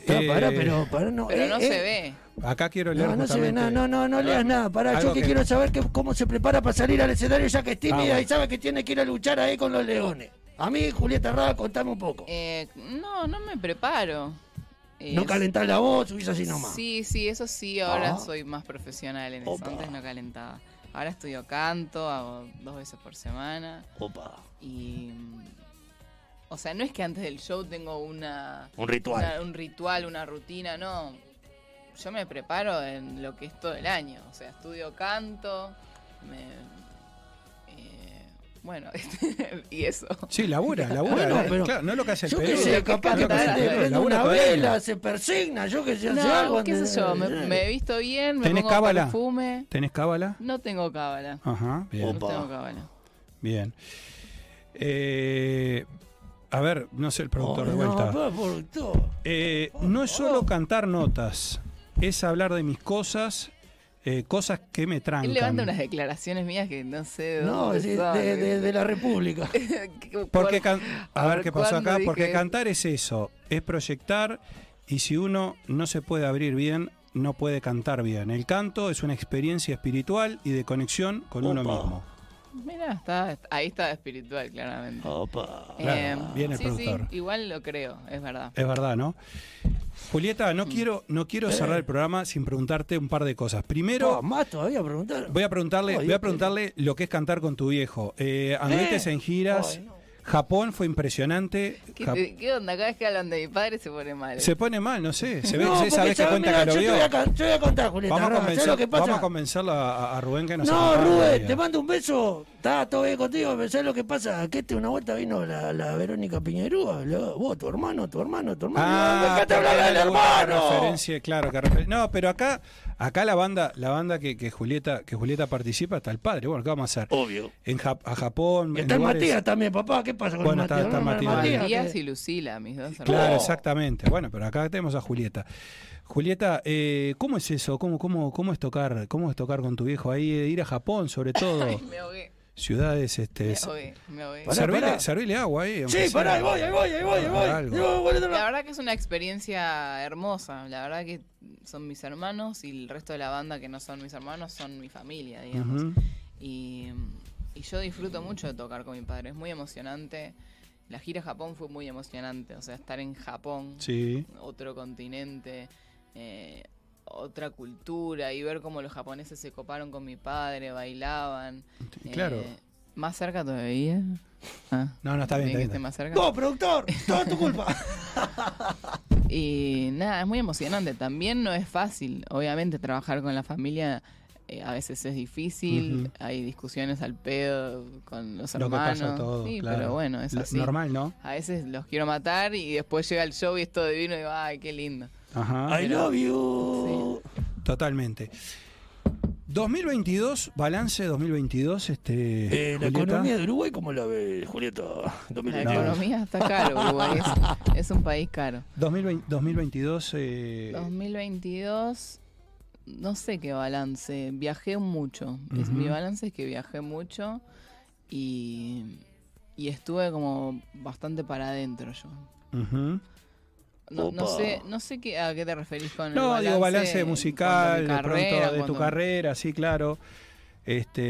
Speaker 6: Está,
Speaker 3: Eh,
Speaker 6: pará, pero pará, no.
Speaker 4: Pero
Speaker 6: eh,
Speaker 4: no
Speaker 6: eh.
Speaker 4: se ve.
Speaker 3: Acá quiero leer
Speaker 6: No, no se ve
Speaker 3: justamente-
Speaker 6: nada, no, no, no leas nada. Pará,
Speaker 3: Algo
Speaker 6: yo que,
Speaker 3: que-
Speaker 6: quiero saber que- cómo se prepara para salir al escenario ya que es tímida
Speaker 3: Ah, bueno.
Speaker 6: y sabe que tiene que ir a luchar ahí con los leones. A mí, Julieta Rada, contame un poco.
Speaker 4: Eh, no, no me preparo. Eh,
Speaker 6: no calentás la voz, subís así nomás.
Speaker 4: Sí, sí, eso sí, ahora
Speaker 6: Ah.
Speaker 4: soy más profesional en eso.
Speaker 6: Opa.
Speaker 4: Antes no calentaba. Ahora estudio canto, hago dos veces por semana.
Speaker 6: Opa,
Speaker 4: Y. mm, O sea, no es que antes del show tengo una,
Speaker 6: un ritual.
Speaker 4: una- un ritual, una rutina, no. Yo me preparo en lo que es todo el año. O sea, estudio canto, me. eh, bueno, y eso.
Speaker 3: Sí, labura, labura.
Speaker 6: Ah, Bueno,
Speaker 3: eh,
Speaker 6: pero-
Speaker 3: claro, no es lo que hace el
Speaker 6: Yo qué
Speaker 3: Perú.
Speaker 6: sé, capaz
Speaker 3: No
Speaker 6: que
Speaker 3: es lo hace el
Speaker 4: prende-
Speaker 6: prende,
Speaker 3: Perú,
Speaker 6: prende
Speaker 3: labura
Speaker 6: una
Speaker 3: por ahí.
Speaker 6: vela, se persigna, yo que sé, hace algo.
Speaker 4: No, qué sé yo, me,
Speaker 6: eh,
Speaker 4: me he visto bien, me
Speaker 3: ¿Tenés
Speaker 4: pongo
Speaker 3: cábala?
Speaker 4: perfume.
Speaker 3: ¿Tenés cábala?
Speaker 4: No tengo cábala.
Speaker 3: Ajá, bien.
Speaker 4: No
Speaker 6: Opa.
Speaker 4: tengo cábala.
Speaker 3: Bien. Eh, a ver, no sé el productor
Speaker 6: oh,
Speaker 3: de vuelta.
Speaker 6: No, pero por todo.
Speaker 3: Eh, no es solo cantar notas, es hablar de mis cosas, eh, cosas que me trancan.
Speaker 4: Él levanta unas declaraciones mías que no sé de
Speaker 6: No,
Speaker 4: dónde
Speaker 6: de,
Speaker 4: son.
Speaker 6: de- de- de la República.
Speaker 4: Qué-
Speaker 3: Porque
Speaker 4: cuál-
Speaker 3: can- a ver
Speaker 4: por
Speaker 3: qué pasó
Speaker 4: cuándo
Speaker 3: acá,
Speaker 4: dije
Speaker 3: porque
Speaker 4: eso.
Speaker 3: cantar es eso, es proyectar y si uno no se puede abrir bien, no puede cantar bien. El canto es una experiencia espiritual y de conexión con uno
Speaker 6: Opa.
Speaker 3: mismo.
Speaker 4: Mira, está, ahí está espiritual, claramente.
Speaker 6: Oh,
Speaker 4: Em,
Speaker 6: Opa.
Speaker 3: Claro, viene el
Speaker 4: sí, sí,
Speaker 3: productor.
Speaker 4: igual lo creo, es verdad.
Speaker 3: Es verdad, ¿no? Julieta, no quiero, no quiero cerrar el programa sin preguntarte un par de cosas. Primero,
Speaker 6: Ah, más todavía preguntar.
Speaker 3: voy a preguntarle,
Speaker 6: Ay,
Speaker 3: voy a
Speaker 6: Dios,
Speaker 3: preguntarle lo que es cantar con tu viejo. Eh, anduviste en giras,
Speaker 6: Ay, no.
Speaker 3: Japón fue impresionante.
Speaker 4: ¿Qué,
Speaker 3: Jap-
Speaker 4: te- qué onda? Cada vez que hablan de mi padre se pone mal.
Speaker 3: se pone mal, no sé. Se ve,
Speaker 6: No,
Speaker 3: se-
Speaker 6: porque
Speaker 3: sabes que
Speaker 6: yo-
Speaker 3: cuenta
Speaker 6: mira,
Speaker 3: que lo
Speaker 6: yo te
Speaker 3: vio.
Speaker 6: voy a can- Yo voy a contar, Julieta.
Speaker 3: Vamos a,
Speaker 6: no, ¿sabes lo
Speaker 3: convencerlo,
Speaker 6: que pasa?
Speaker 3: vamos a convencerlo a, a Rubén que nos
Speaker 6: No,
Speaker 3: acompaña
Speaker 6: Rubén,
Speaker 3: todavía.
Speaker 6: te mando un beso. Está todo bien contigo, pero ¿sabes lo que pasa? Que este una vuelta vino la, la Verónica Piñerúa. la- vos, tu hermano, tu hermano, tu hermano.
Speaker 3: Ah,
Speaker 6: Dejate
Speaker 3: porque
Speaker 6: hablar del
Speaker 3: le gusta la
Speaker 6: hermano.
Speaker 3: referencia, claro, que refer- No, pero acá, acá la banda, la banda que, que Julieta, que Julieta participa está el padre. Bueno, ¿qué vamos a hacer?
Speaker 6: Obvio.
Speaker 3: En Ja- a Japón,
Speaker 6: Y
Speaker 3: en
Speaker 6: Oh. está el
Speaker 3: lugares-
Speaker 6: Matías también, papá. ¿Qué pasa con
Speaker 3: Bueno,
Speaker 6: el
Speaker 3: está-
Speaker 6: Matías?
Speaker 3: está
Speaker 6: No, no, el
Speaker 3: Matías.
Speaker 4: Matías
Speaker 6: que-
Speaker 4: y Lucila, mis dos hermanos.
Speaker 3: Claro,
Speaker 6: Oh.
Speaker 3: exactamente. Bueno, pero acá tenemos a Julieta. Julieta, eh, ¿cómo es eso? ¿Cómo, cómo, cómo es tocar? ¿Cómo es tocar con tu viejo ahí? Eh, Ir a Japón, sobre todo,
Speaker 4: Me ahogué,
Speaker 3: ciudades, este,
Speaker 4: me
Speaker 3: s-
Speaker 4: ahogué, me ahogué.
Speaker 6: Pará,
Speaker 3: servile,
Speaker 6: pará.
Speaker 3: servile agua ahí. aunque
Speaker 6: Sí,
Speaker 3: sea.
Speaker 6: pará, ahí voy, ahí voy, ahí voy, ahí voy.
Speaker 3: Algo.
Speaker 6: Yo, boludo,
Speaker 4: La verdad que es una experiencia hermosa. La verdad que son mis hermanos y el resto de la banda que no son mis hermanos son mi familia, digamos.
Speaker 3: Ujú.
Speaker 4: y, y yo disfruto mucho de tocar con mi padre. Es muy emocionante. La gira a Japón fue muy emocionante. O sea, estar en Japón,
Speaker 3: Sí.
Speaker 4: otro continente, eh, otra cultura y ver cómo los japoneses se coparon con mi padre, bailaban.
Speaker 3: Y Claro.
Speaker 4: eh, ¿Más cerca todavía? Ah,
Speaker 3: No, no, está bien,
Speaker 4: ¿me
Speaker 3: está bien,
Speaker 4: dijiste
Speaker 3: está
Speaker 4: más cerca?
Speaker 6: No, productor, toda tu culpa.
Speaker 4: Y nada, es muy emocionante. También no es fácil, obviamente, trabajar con la familia. eh, a veces es difícil,
Speaker 3: Ujú.
Speaker 4: hay discusiones al pedo con los
Speaker 3: Lo que
Speaker 4: hermanos.
Speaker 3: pasa todo,
Speaker 4: sí,
Speaker 3: claro.
Speaker 4: pero bueno, es
Speaker 3: Lo-
Speaker 4: así.
Speaker 3: Normal, ¿no?
Speaker 4: A veces los quiero matar y después llega el show y esto de vino y digo, ay, qué lindo.
Speaker 3: Ajá.
Speaker 6: I love you.
Speaker 3: Totalmente. 2022, balance 2022, este.
Speaker 6: Eh, la
Speaker 3: Julieta.
Speaker 6: economía de Uruguay, ¿cómo la ves, Julieta?
Speaker 4: La
Speaker 6: 2022.
Speaker 4: economía está caro, Uruguay. Es, es un país caro.
Speaker 3: 2020 2022, eh,
Speaker 4: 2022, no sé qué balance. Viajé mucho. Es-
Speaker 3: Ujú.
Speaker 4: Mi balance es que viajé mucho y, y estuve como bastante para adentro yo.
Speaker 3: ujú.
Speaker 4: No, no
Speaker 6: Opa.
Speaker 4: sé, no sé qué, a qué te referís con
Speaker 3: No,
Speaker 4: el balance.
Speaker 3: digo balance
Speaker 4: en
Speaker 3: musical, de
Speaker 4: cuanto a mi carrera,
Speaker 3: pronto de tu
Speaker 4: cuanto-
Speaker 3: carrera, sí, claro. Este.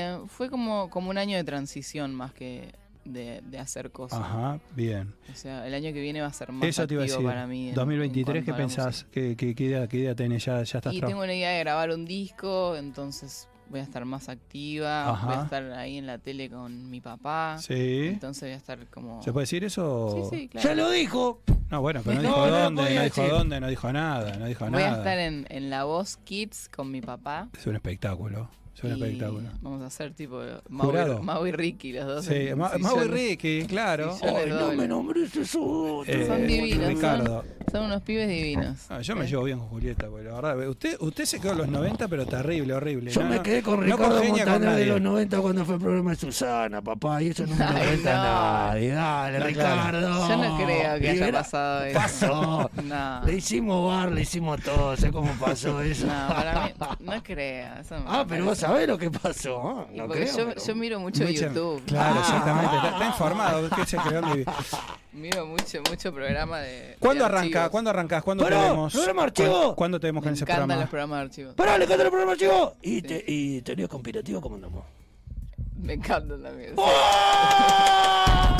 Speaker 4: Eh, fue como, como un año de transición más que de, de hacer cosas.
Speaker 3: ajá, bien.
Speaker 4: O sea, el año que viene va a ser más
Speaker 3: Eso te iba a
Speaker 4: activo
Speaker 3: decir.
Speaker 4: para mí. en- en
Speaker 3: 2023, ¿qué
Speaker 4: cuanto a la
Speaker 3: pensás? ¿Qué, qué, qué idea, qué idea tenés? Ya, ya
Speaker 4: música.
Speaker 3: estás
Speaker 4: Y tengo una idea de grabar un disco, entonces voy a estar más activa,
Speaker 3: Ajá.
Speaker 4: voy a estar ahí en la tele con mi papá.
Speaker 3: trabajando. Sí.
Speaker 4: Entonces voy a estar como...
Speaker 3: ¿Se puede decir eso?
Speaker 4: Sí, sí, claro.
Speaker 6: Ya lo dijo.
Speaker 3: No, bueno, pero no
Speaker 6: No,
Speaker 3: dijo
Speaker 6: no lo
Speaker 3: dónde, no
Speaker 6: podía
Speaker 3: dijo
Speaker 6: decir.
Speaker 3: dónde, no dijo nada, no dijo
Speaker 4: Voy a
Speaker 3: nada.
Speaker 4: estar en, en La Voz Kids con mi papá.
Speaker 3: Es un espectáculo. Es un
Speaker 4: y
Speaker 3: espectáculo.
Speaker 4: Vamos a hacer tipo Mau y,
Speaker 3: Jurado.
Speaker 4: Mau y Ricky, los dos.
Speaker 3: Sí,
Speaker 4: en-
Speaker 3: Ma-
Speaker 4: en
Speaker 3: Mau y
Speaker 4: sillones.
Speaker 3: Ricky, claro.
Speaker 4: Sí, yo-
Speaker 6: Ay, no
Speaker 4: doble.
Speaker 6: me nombres eso.
Speaker 3: Eh,
Speaker 4: Son divinos, son-
Speaker 3: Ricardo.
Speaker 4: Son unos pibes divinos.
Speaker 3: Ah, yo me llevo bien con Julieta, porque la verdad, usted, usted se quedó en los 90, pero terrible, horrible.
Speaker 6: Yo
Speaker 3: No,
Speaker 6: me
Speaker 3: no,
Speaker 6: quedé con
Speaker 3: no
Speaker 6: Ricardo
Speaker 3: congenia con
Speaker 6: Montaner de
Speaker 3: nadie.
Speaker 6: los 90 cuando fue el programa de Susana, papá, y eso no me lo
Speaker 4: Ay,
Speaker 6: cuenta
Speaker 4: no.
Speaker 6: nadie. Dale,
Speaker 3: No, claro.
Speaker 6: Ricardo.
Speaker 4: Yo no creo que
Speaker 6: Y
Speaker 4: haya
Speaker 6: era-
Speaker 4: pasado eso.
Speaker 6: Pasó.
Speaker 4: No.
Speaker 6: Le hicimos bar, le hicimos todo, sé cómo pasó eso.
Speaker 4: No, para mí, no creo. Eso me
Speaker 6: ah, pero vos
Speaker 4: parece.
Speaker 6: sabés lo que pasó. ah,
Speaker 4: Y
Speaker 6: No
Speaker 4: porque
Speaker 6: creo.
Speaker 4: yo,
Speaker 6: pero-
Speaker 4: yo miro mucho
Speaker 3: Mucha-
Speaker 4: YouTube.
Speaker 3: Claro,
Speaker 6: Ah.
Speaker 3: exactamente. Está, está informado. usted se quedó en el-
Speaker 4: Miro mucho, mucho programa de.
Speaker 3: ¿Cuándo
Speaker 4: de
Speaker 3: arranca?
Speaker 4: archivos.
Speaker 3: ¿Cuándo arrancás? ¿Cuándo
Speaker 6: Pará,
Speaker 3: te vemos?
Speaker 6: programa archivo.
Speaker 3: ¿Cuándo- ¿Cuándo te vemos
Speaker 4: Me
Speaker 3: con ese
Speaker 4: encantan
Speaker 3: programa?
Speaker 4: los programas de archivos.
Speaker 6: Pará, le canté el programa chico. Y, te, y teorías conspirativas, ¿cómo andamos?
Speaker 4: Me encantan también.
Speaker 6: ¡Ah!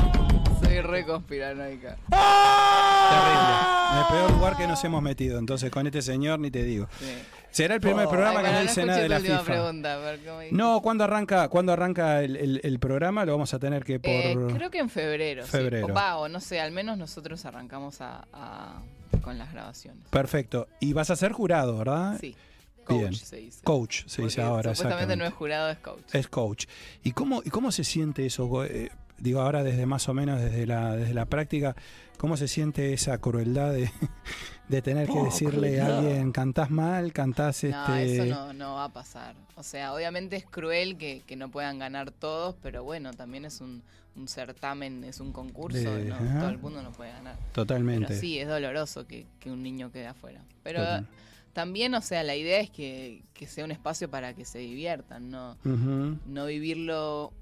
Speaker 4: Soy re conspiranoica.
Speaker 3: En
Speaker 6: ¡Ah!
Speaker 3: el peor lugar que nos hemos metido. Entonces, con este señor ni te digo.
Speaker 4: Sí.
Speaker 3: Será el primer programa que
Speaker 4: Ay, Oh, pará,
Speaker 3: no
Speaker 4: no
Speaker 3: dice
Speaker 4: escuché
Speaker 3: nada de
Speaker 4: tu
Speaker 3: la
Speaker 4: última
Speaker 3: FIFA.
Speaker 4: pregunta. a ver cómo dijiste.
Speaker 3: No, ¿cuándo arranca, cuándo arranca el, el- el programa? Lo vamos a tener que por.
Speaker 4: Eh, creo que en febrero. sí.
Speaker 3: Febrero.
Speaker 4: O va, o no sé, al menos nosotros arrancamos a, a- con las grabaciones.
Speaker 3: Perfecto. Y vas a ser jurado, ¿verdad?
Speaker 4: Sí. Coach
Speaker 3: Ah, Bien.
Speaker 4: se dice.
Speaker 3: Coach, se dice
Speaker 4: Porque
Speaker 3: ahora.
Speaker 4: Supuestamente
Speaker 3: exactamente.
Speaker 4: no es jurado, es coach.
Speaker 3: Es coach. ¿Y cómo, y cómo se siente eso? go- eh, digo, ahora desde más o menos, desde la, desde la práctica, ¿cómo se siente esa crueldad de, de tener que
Speaker 6: Oh,
Speaker 3: decirle a
Speaker 6: crueldad.
Speaker 3: alguien, cantás mal, cantás este...
Speaker 4: No, eso no, no va a pasar. O sea, obviamente es cruel que, que no puedan ganar todos, pero bueno, también es un, un certamen, es un concurso,
Speaker 3: De-
Speaker 4: ¿no?
Speaker 3: ajá.
Speaker 4: todo el mundo no puede ganar. Pero
Speaker 3: Totalmente.
Speaker 4: sí, es doloroso que, que un niño quede afuera. Pero
Speaker 3: Total.
Speaker 4: también, o sea, la idea es que, que sea un espacio para que se diviertan, ¿no?
Speaker 3: Ujú.
Speaker 4: no vivirlo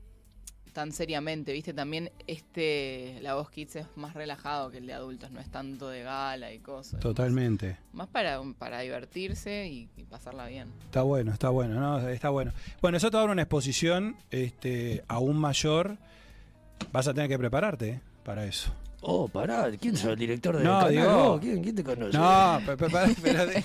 Speaker 4: tan seriamente, ¿viste? También este, la voz kids es más relajado que el de adultos, no es tanto de gala y cosas.
Speaker 3: Totalmente.
Speaker 4: Más para, para divertirse y, y pasarla bien.
Speaker 3: Está bueno, está bueno, ¿no? Está bueno. Bueno, nosotros ahora una exposición este, aún mayor. Vas a tener que prepararte eh, para eso.
Speaker 6: Oh, pará, ¿quién es el director del
Speaker 3: No,
Speaker 6: canal?
Speaker 3: digo-
Speaker 6: Oh, ¿quién, quién te conoce?
Speaker 3: No, pe- pe- pará, pero,
Speaker 6: ¿Qué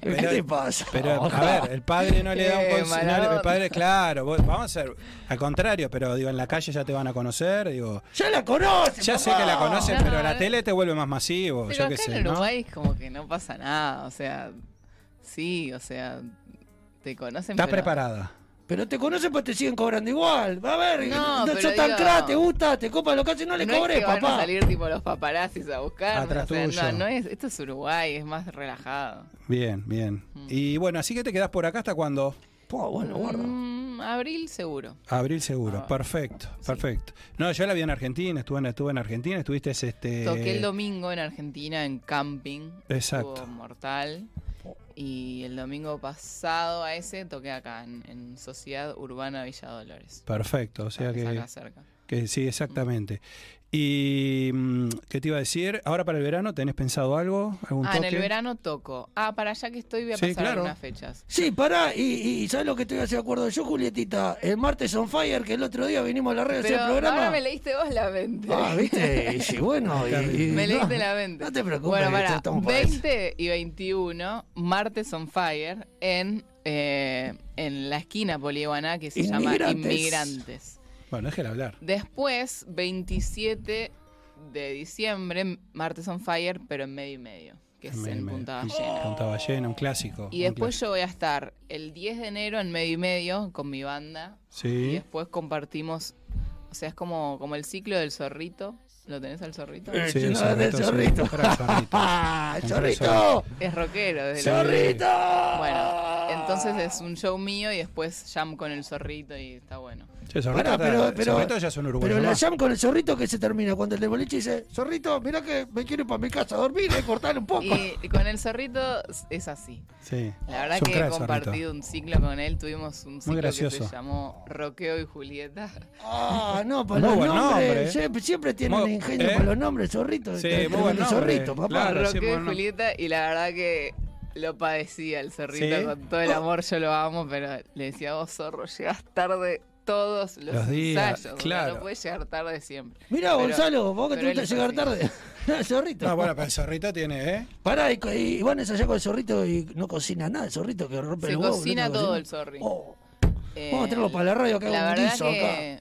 Speaker 3: pero-
Speaker 6: te pasa?
Speaker 3: pero, a ver, el padre no le da un
Speaker 4: Qué
Speaker 3: consejo.
Speaker 4: mala
Speaker 3: el
Speaker 4: onda.
Speaker 3: padre, claro, vos- vamos a hacer al contrario, pero digo, en la calle ya te van a conocer, digo.
Speaker 6: ¡Ya la conoce!
Speaker 3: Ya sé que la conoces,
Speaker 4: No,
Speaker 3: pero la
Speaker 4: no.
Speaker 3: tele te vuelve más masivo,
Speaker 4: Pero
Speaker 3: Pues yo
Speaker 4: acá
Speaker 3: qué sé,
Speaker 4: en
Speaker 3: ¿no?
Speaker 4: Uruguay es como que no pasa nada, o sea, sí, o sea, te conocen.
Speaker 3: Estás
Speaker 4: pero-
Speaker 3: preparada.
Speaker 6: Pero te conocen pues te siguen cobrando igual. Va a ver,
Speaker 4: No,
Speaker 6: no,
Speaker 4: pero
Speaker 6: sos tan
Speaker 4: digo-
Speaker 6: cra, te gusta, te copa lo que haces, no le
Speaker 4: no
Speaker 6: cobres,
Speaker 4: es que van
Speaker 6: papá.
Speaker 4: a salir tipo los paparazzis a buscarme,
Speaker 3: Atrás
Speaker 4: o sea,
Speaker 3: tuyo.
Speaker 4: no, no es, esto es Uruguay, es más relajado.
Speaker 3: Bien, bien.
Speaker 4: Mm.
Speaker 3: Y bueno, así que te quedás por acá hasta cuando.
Speaker 6: Po, bueno, guarda.
Speaker 4: Mm, abril seguro.
Speaker 3: Abril seguro,
Speaker 4: Ah,
Speaker 3: perfecto, perfecto. No, yo la vi en Argentina, estuve en, estuve en Argentina, estuviste este.
Speaker 4: Toqué el domingo en Argentina en camping.
Speaker 3: Exacto.
Speaker 4: Estuvo mortal. Y el domingo pasado a ese toqué acá en, en Sociedad Urbana Villa Dolores.
Speaker 3: Perfecto, o sea
Speaker 4: Es
Speaker 3: que,
Speaker 4: acá cerca.
Speaker 3: que sí, exactamente. Y mm, qué te iba a decir, ahora para el verano tenés pensado algo, algún
Speaker 4: Ah, en
Speaker 3: toque.
Speaker 4: el verano toco. Ah, para allá que estoy voy a
Speaker 3: Sí,
Speaker 4: pasar
Speaker 3: claro.
Speaker 4: algunas fechas.
Speaker 6: Sí, pará, y, y ¿sabes lo que estoy de acuerdo yo, Julietita? El martes on fire, que el otro día vinimos a la red a hacer
Speaker 4: Pero
Speaker 6: el programa.
Speaker 4: ahora me leíste vos la mente.
Speaker 6: Ah, viste, y sí, bueno, y, y-
Speaker 4: Me leíste
Speaker 6: no,
Speaker 4: la mente.
Speaker 6: No te preocupes,
Speaker 4: Bueno,
Speaker 6: que
Speaker 4: para
Speaker 6: estamos para eso.
Speaker 4: 20 y 21, Martes on Fire, en, eh, en la esquina poliguaná que se llama
Speaker 6: Inmigrantes.
Speaker 4: Inmigrantes.
Speaker 3: Bueno, déjela hablar.
Speaker 4: Después, 27 de diciembre, Martes on Fire, pero en medio y medio, Oh. que es en Punta Ballena.
Speaker 3: Punta Ballena, un clásico.
Speaker 4: Y
Speaker 3: un
Speaker 4: después yo voy a estar el 10 de enero en medio y medio con mi banda.
Speaker 3: clásico.
Speaker 4: Y
Speaker 3: Sí.
Speaker 4: después compartimos, o sea, es como, como el ciclo del zorrito. ¿Lo tenés al zorrito?
Speaker 6: Eh,
Speaker 3: Sí,
Speaker 6: sí, no,
Speaker 3: zorrito,
Speaker 6: del
Speaker 3: sí,
Speaker 6: zorrito.
Speaker 3: compra el zorrito.
Speaker 6: Ah,
Speaker 3: Compra el
Speaker 6: ¡Zorrito!
Speaker 4: Es rockero. Desde
Speaker 3: Sí.
Speaker 4: la-
Speaker 6: ¡Zorrito!
Speaker 4: Bueno, entonces es un show mío y después jam con el zorrito y está bueno.
Speaker 3: Che, Zorrito,
Speaker 6: Pará,
Speaker 3: está-
Speaker 6: pero, pero,
Speaker 3: Zorrito eh, ya es un uruguayo
Speaker 6: pero la
Speaker 3: más.
Speaker 6: jam con el zorrito que se termina cuando el de boliche dice, zorrito, mirá que me quiero ir para mi casa a dormir, eh, cortar un poco.
Speaker 4: Y con el zorrito es así.
Speaker 3: Sí.
Speaker 4: La verdad
Speaker 3: Es un
Speaker 4: que
Speaker 3: crack,
Speaker 4: he
Speaker 3: Zorrito.
Speaker 4: compartido un ciclo con él, tuvimos un ciclo que
Speaker 3: gracioso.
Speaker 4: se llamó Roqueo y Julieta.
Speaker 6: Ah, no, para
Speaker 3: Muy
Speaker 6: los
Speaker 3: buen
Speaker 6: nombres.
Speaker 3: nombre. eh.
Speaker 6: Siempre, siempre tienen
Speaker 3: Muy-
Speaker 6: ingenio
Speaker 3: ¿eh?
Speaker 6: para los nombres, zorrito.
Speaker 3: Sí,
Speaker 6: Este,
Speaker 3: muy buen
Speaker 6: tremendo
Speaker 3: nombre,
Speaker 6: zorrito, papá.
Speaker 3: claro. sí,
Speaker 4: Roqueo y
Speaker 3: bueno.
Speaker 4: Julieta y la verdad que lo padecía el zorrito
Speaker 3: Sí.
Speaker 4: con todo el amor, yo lo amo, pero le decía vos zorro, llegas tarde todos los,
Speaker 3: Los días,
Speaker 4: ensayos, o sea,
Speaker 3: claro.
Speaker 4: no puedes llegar tarde siempre.
Speaker 6: Mirá,
Speaker 4: Pero-
Speaker 6: Gonzalo, vos que
Speaker 4: pero
Speaker 6: te gusta
Speaker 4: él es
Speaker 6: llegar
Speaker 4: así.
Speaker 6: tarde. zorrito.
Speaker 3: No, bueno, pero el Zorrito tiene, ¿eh?
Speaker 6: Pará, y, co- y van allá con el zorrito y no cocina nada, el zorrito que rompe
Speaker 4: Se
Speaker 6: los huevos.
Speaker 4: cocina
Speaker 6: ¿no?
Speaker 4: todo el zorri.
Speaker 6: Oh,
Speaker 4: Eh,
Speaker 6: Vamos a traerlo para la radio, que haga un
Speaker 4: verdad
Speaker 6: guiso
Speaker 4: que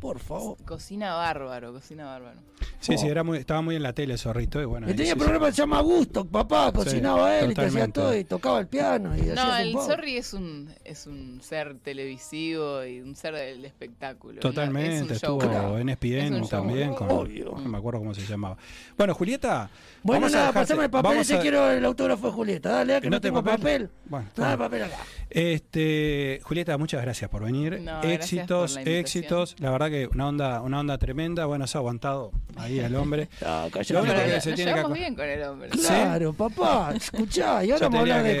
Speaker 6: por favor.
Speaker 4: cocina bárbaro, cocina bárbaro.
Speaker 3: Sí,
Speaker 6: Oh.
Speaker 3: sí, era muy, estaba muy en la tele el Zorrito. Y bueno,
Speaker 6: Y
Speaker 3: ahí
Speaker 6: tenía
Speaker 3: sí,
Speaker 6: programa que se llama Gusto, papá, cocinaba él, y te hacía
Speaker 3: totalmente.
Speaker 6: todo, y tocaba el piano, y hacías
Speaker 4: No,
Speaker 6: un
Speaker 4: el
Speaker 6: poco.
Speaker 4: Zorri es un, es un ser televisivo y un ser del espectáculo. ¿no? Es un
Speaker 3: Totalmente,
Speaker 4: show,
Speaker 3: estuvo
Speaker 4: ¿no?
Speaker 3: en E
Speaker 4: Es un
Speaker 3: ESPN
Speaker 4: show.
Speaker 3: también, con-
Speaker 6: Obvio.
Speaker 3: no me acuerdo cómo se llamaba. Bueno, Julieta,
Speaker 6: Bueno,
Speaker 3: vamos a
Speaker 6: nada,
Speaker 3: dejarte-
Speaker 6: pasame el papel,
Speaker 3: vamos
Speaker 6: ese
Speaker 3: a- eh,
Speaker 6: quiero el autógrafo de Julieta. Dale, ah, que no,
Speaker 3: ¿No te
Speaker 6: tengo papel.
Speaker 3: papel? Ah. Bueno,
Speaker 6: Nada de
Speaker 3: bueno.
Speaker 6: papel acá.
Speaker 3: este, Julieta, muchas gracias por venir.
Speaker 4: No, gracias
Speaker 3: éxitos,
Speaker 4: por la invitación.
Speaker 3: éxitos, la verdad que una onda, una onda tremenda, bueno, se ha aguantado ahí al hombre.
Speaker 6: Ah,
Speaker 3: Lo único
Speaker 4: Pero
Speaker 3: que
Speaker 4: nos
Speaker 3: se
Speaker 4: nos
Speaker 3: tiene que
Speaker 4: llevamos
Speaker 3: aco-
Speaker 4: bien con el hombre.
Speaker 3: ¿Sí?
Speaker 6: Claro, papá, escuchá, y
Speaker 3: Yo
Speaker 6: ahora vamos a
Speaker 3: tenía
Speaker 6: hablar de
Speaker 3: que-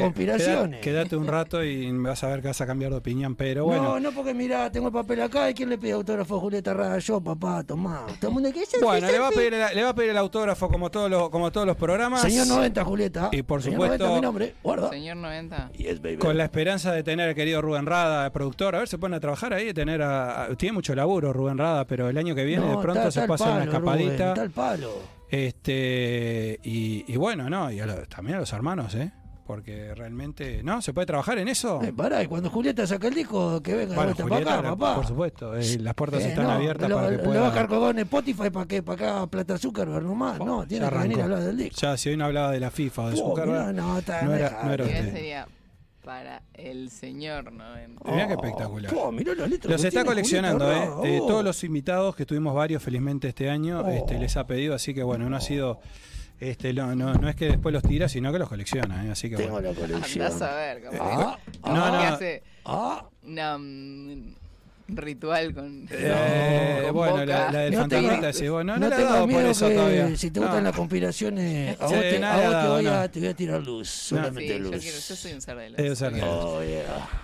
Speaker 3: queda-
Speaker 6: conspiraciones.
Speaker 3: Quédate un rato y me vas a ver que vas a cambiar de opinión, pero bueno.
Speaker 6: No, no, porque mirá, tengo el papel acá, ¿y quién le pide autógrafo a Julieta Rada? Yo, papá, tomá. Todo el mundo que
Speaker 3: Bueno, le va, a pedir el, le va a pedir el autógrafo como todos los, como todos los programas.
Speaker 6: Señor 90, Julieta.
Speaker 3: Y por
Speaker 6: Señor
Speaker 3: supuesto-
Speaker 6: 90, mi nombre, guarda.
Speaker 4: Señor 90.
Speaker 6: Yes, baby.
Speaker 3: Con la esperanza de tener al querido Rubén Rada, productor, a ver, se ponen a trabajar ahí, tener a, a- tiene mucho laburo Rubén Rada, pero el año que viene
Speaker 6: No,
Speaker 3: de pronto
Speaker 6: está-
Speaker 3: se
Speaker 6: está el
Speaker 3: pasa una
Speaker 6: palo, Rubén,
Speaker 3: escapadita.
Speaker 6: Está el palo.
Speaker 3: este y, y bueno, no, y a los- también a los hermanos, ¿eh? Porque realmente, ¿no? ¿Se puede trabajar en eso?
Speaker 6: Eh, pará, y cuando Julieta saca el disco, que venga de
Speaker 3: Bueno,
Speaker 6: vuelta
Speaker 3: Julieta,
Speaker 6: para
Speaker 3: la-
Speaker 6: acá, papá.
Speaker 3: por supuesto, eh, las puertas
Speaker 6: Eh,
Speaker 3: están
Speaker 6: no,
Speaker 3: abiertas
Speaker 6: lo-
Speaker 3: para que
Speaker 6: lo- Le va a
Speaker 3: pueda.
Speaker 6: cargar en Spotify para que para acá Plata Zuckerberg nomás. No, tiene
Speaker 3: Ya
Speaker 6: que venir
Speaker 3: arrancó.
Speaker 6: a hablar del disco.
Speaker 3: Ya, si hoy no hablaba de la FIFA o de
Speaker 6: Oh, mirá,
Speaker 3: Zuckerberg.
Speaker 6: no, está-
Speaker 3: no era-
Speaker 6: deja.
Speaker 3: no era
Speaker 4: Y
Speaker 3: usted.
Speaker 4: ese sería para el señor 90.
Speaker 3: Mirá qué espectacular.
Speaker 6: Oh, mirá los letras
Speaker 3: Los
Speaker 6: que
Speaker 3: está
Speaker 6: tiene
Speaker 3: coleccionando, ¿eh?
Speaker 6: Julieta Roa,
Speaker 3: Eh,
Speaker 6: oh.
Speaker 3: Todos los invitados que tuvimos varios, felizmente, este año,
Speaker 6: Oh.
Speaker 3: este, les ha pedido, así que bueno, no ha sido. Este, no, no, no es que después los tira, sino que los colecciona, ¿eh? Así que
Speaker 6: Tengo
Speaker 3: bueno.
Speaker 6: la colección.
Speaker 4: Andás a ver, capaz.
Speaker 6: Ah,
Speaker 4: que-
Speaker 6: ah,
Speaker 3: No, no.
Speaker 4: que hace
Speaker 6: ah.
Speaker 4: una, mm, ritual con.
Speaker 3: Eh,
Speaker 4: con
Speaker 3: bueno,
Speaker 4: Boca.
Speaker 3: la, la del
Speaker 6: No tengo-
Speaker 3: fantasmita, decís, vos, no, no,
Speaker 6: No
Speaker 3: le ha
Speaker 6: tengas
Speaker 3: dado por
Speaker 6: miedo
Speaker 3: eso
Speaker 6: que
Speaker 3: todavía.
Speaker 6: Si te
Speaker 3: No.
Speaker 6: gustan las conspiraciones, a vos,
Speaker 3: Sí,
Speaker 6: te,
Speaker 3: no le
Speaker 6: a vos
Speaker 3: ha
Speaker 6: te
Speaker 3: dado,
Speaker 6: voy a,
Speaker 3: no.
Speaker 6: te voy a tirar luz.
Speaker 4: Sí,
Speaker 6: Solamente
Speaker 4: yo,
Speaker 6: luz.
Speaker 3: Eh,
Speaker 4: quiero- yo soy un ser de luz.
Speaker 3: Es un ser de
Speaker 4: Soy-
Speaker 3: luz.
Speaker 6: Oh, yeah.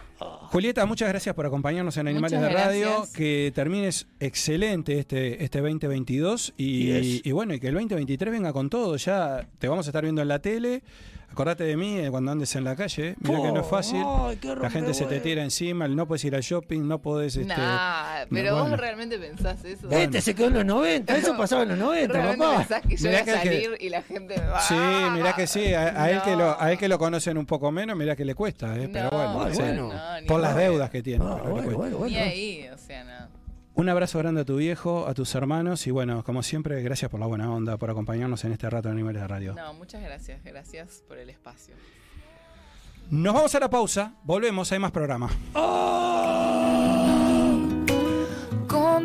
Speaker 3: Julieta, muchas gracias por acompañarnos en Animales
Speaker 4: Muchas
Speaker 3: de Radio.
Speaker 4: gracias.
Speaker 3: Que termines excelente este, este 2022 y,
Speaker 6: Yes.
Speaker 3: y bueno, y que el 2023 venga con todo. Ya te vamos a estar viendo en la tele. Acordate de mí eh, cuando andes en la calle. Mira que no es fácil.
Speaker 6: Oh, Ay, qué
Speaker 3: La gente se te
Speaker 6: rompehuevos.
Speaker 3: tira encima, no puedes ir al shopping, no podés... Este,
Speaker 4: nah, pero
Speaker 3: no,
Speaker 4: vos
Speaker 3: bueno.
Speaker 4: realmente pensás eso.
Speaker 6: Este se quedó en los 90, eso pasaba en los 90,
Speaker 4: realmente
Speaker 6: papá.
Speaker 4: pensás que yo
Speaker 3: Mirá
Speaker 4: voy a
Speaker 3: que- que-
Speaker 4: salir y la gente me va.
Speaker 3: Sí, mirá que sí, a, a él que lo, a él que
Speaker 4: No.
Speaker 3: lo conocen un poco menos, mirá que le cuesta, eh, pero
Speaker 4: No,
Speaker 3: bueno,
Speaker 6: bueno,
Speaker 3: sí.
Speaker 6: Ah, bueno.
Speaker 4: no, ni
Speaker 3: por las
Speaker 4: modo.
Speaker 3: deudas que tiene.
Speaker 6: Ah,
Speaker 3: pero le
Speaker 6: bueno,
Speaker 3: cuesta.
Speaker 6: bueno,
Speaker 4: Ni
Speaker 6: bueno.
Speaker 4: ahí, o sea, no.
Speaker 3: Un abrazo grande a tu viejo, a tus hermanos y bueno, como siempre, gracias por la buena onda, por acompañarnos en este rato de Animales de Radio.
Speaker 4: No, muchas gracias. Gracias por el espacio.
Speaker 3: Nos vamos a la pausa, volvemos, hay más programa.
Speaker 2: Con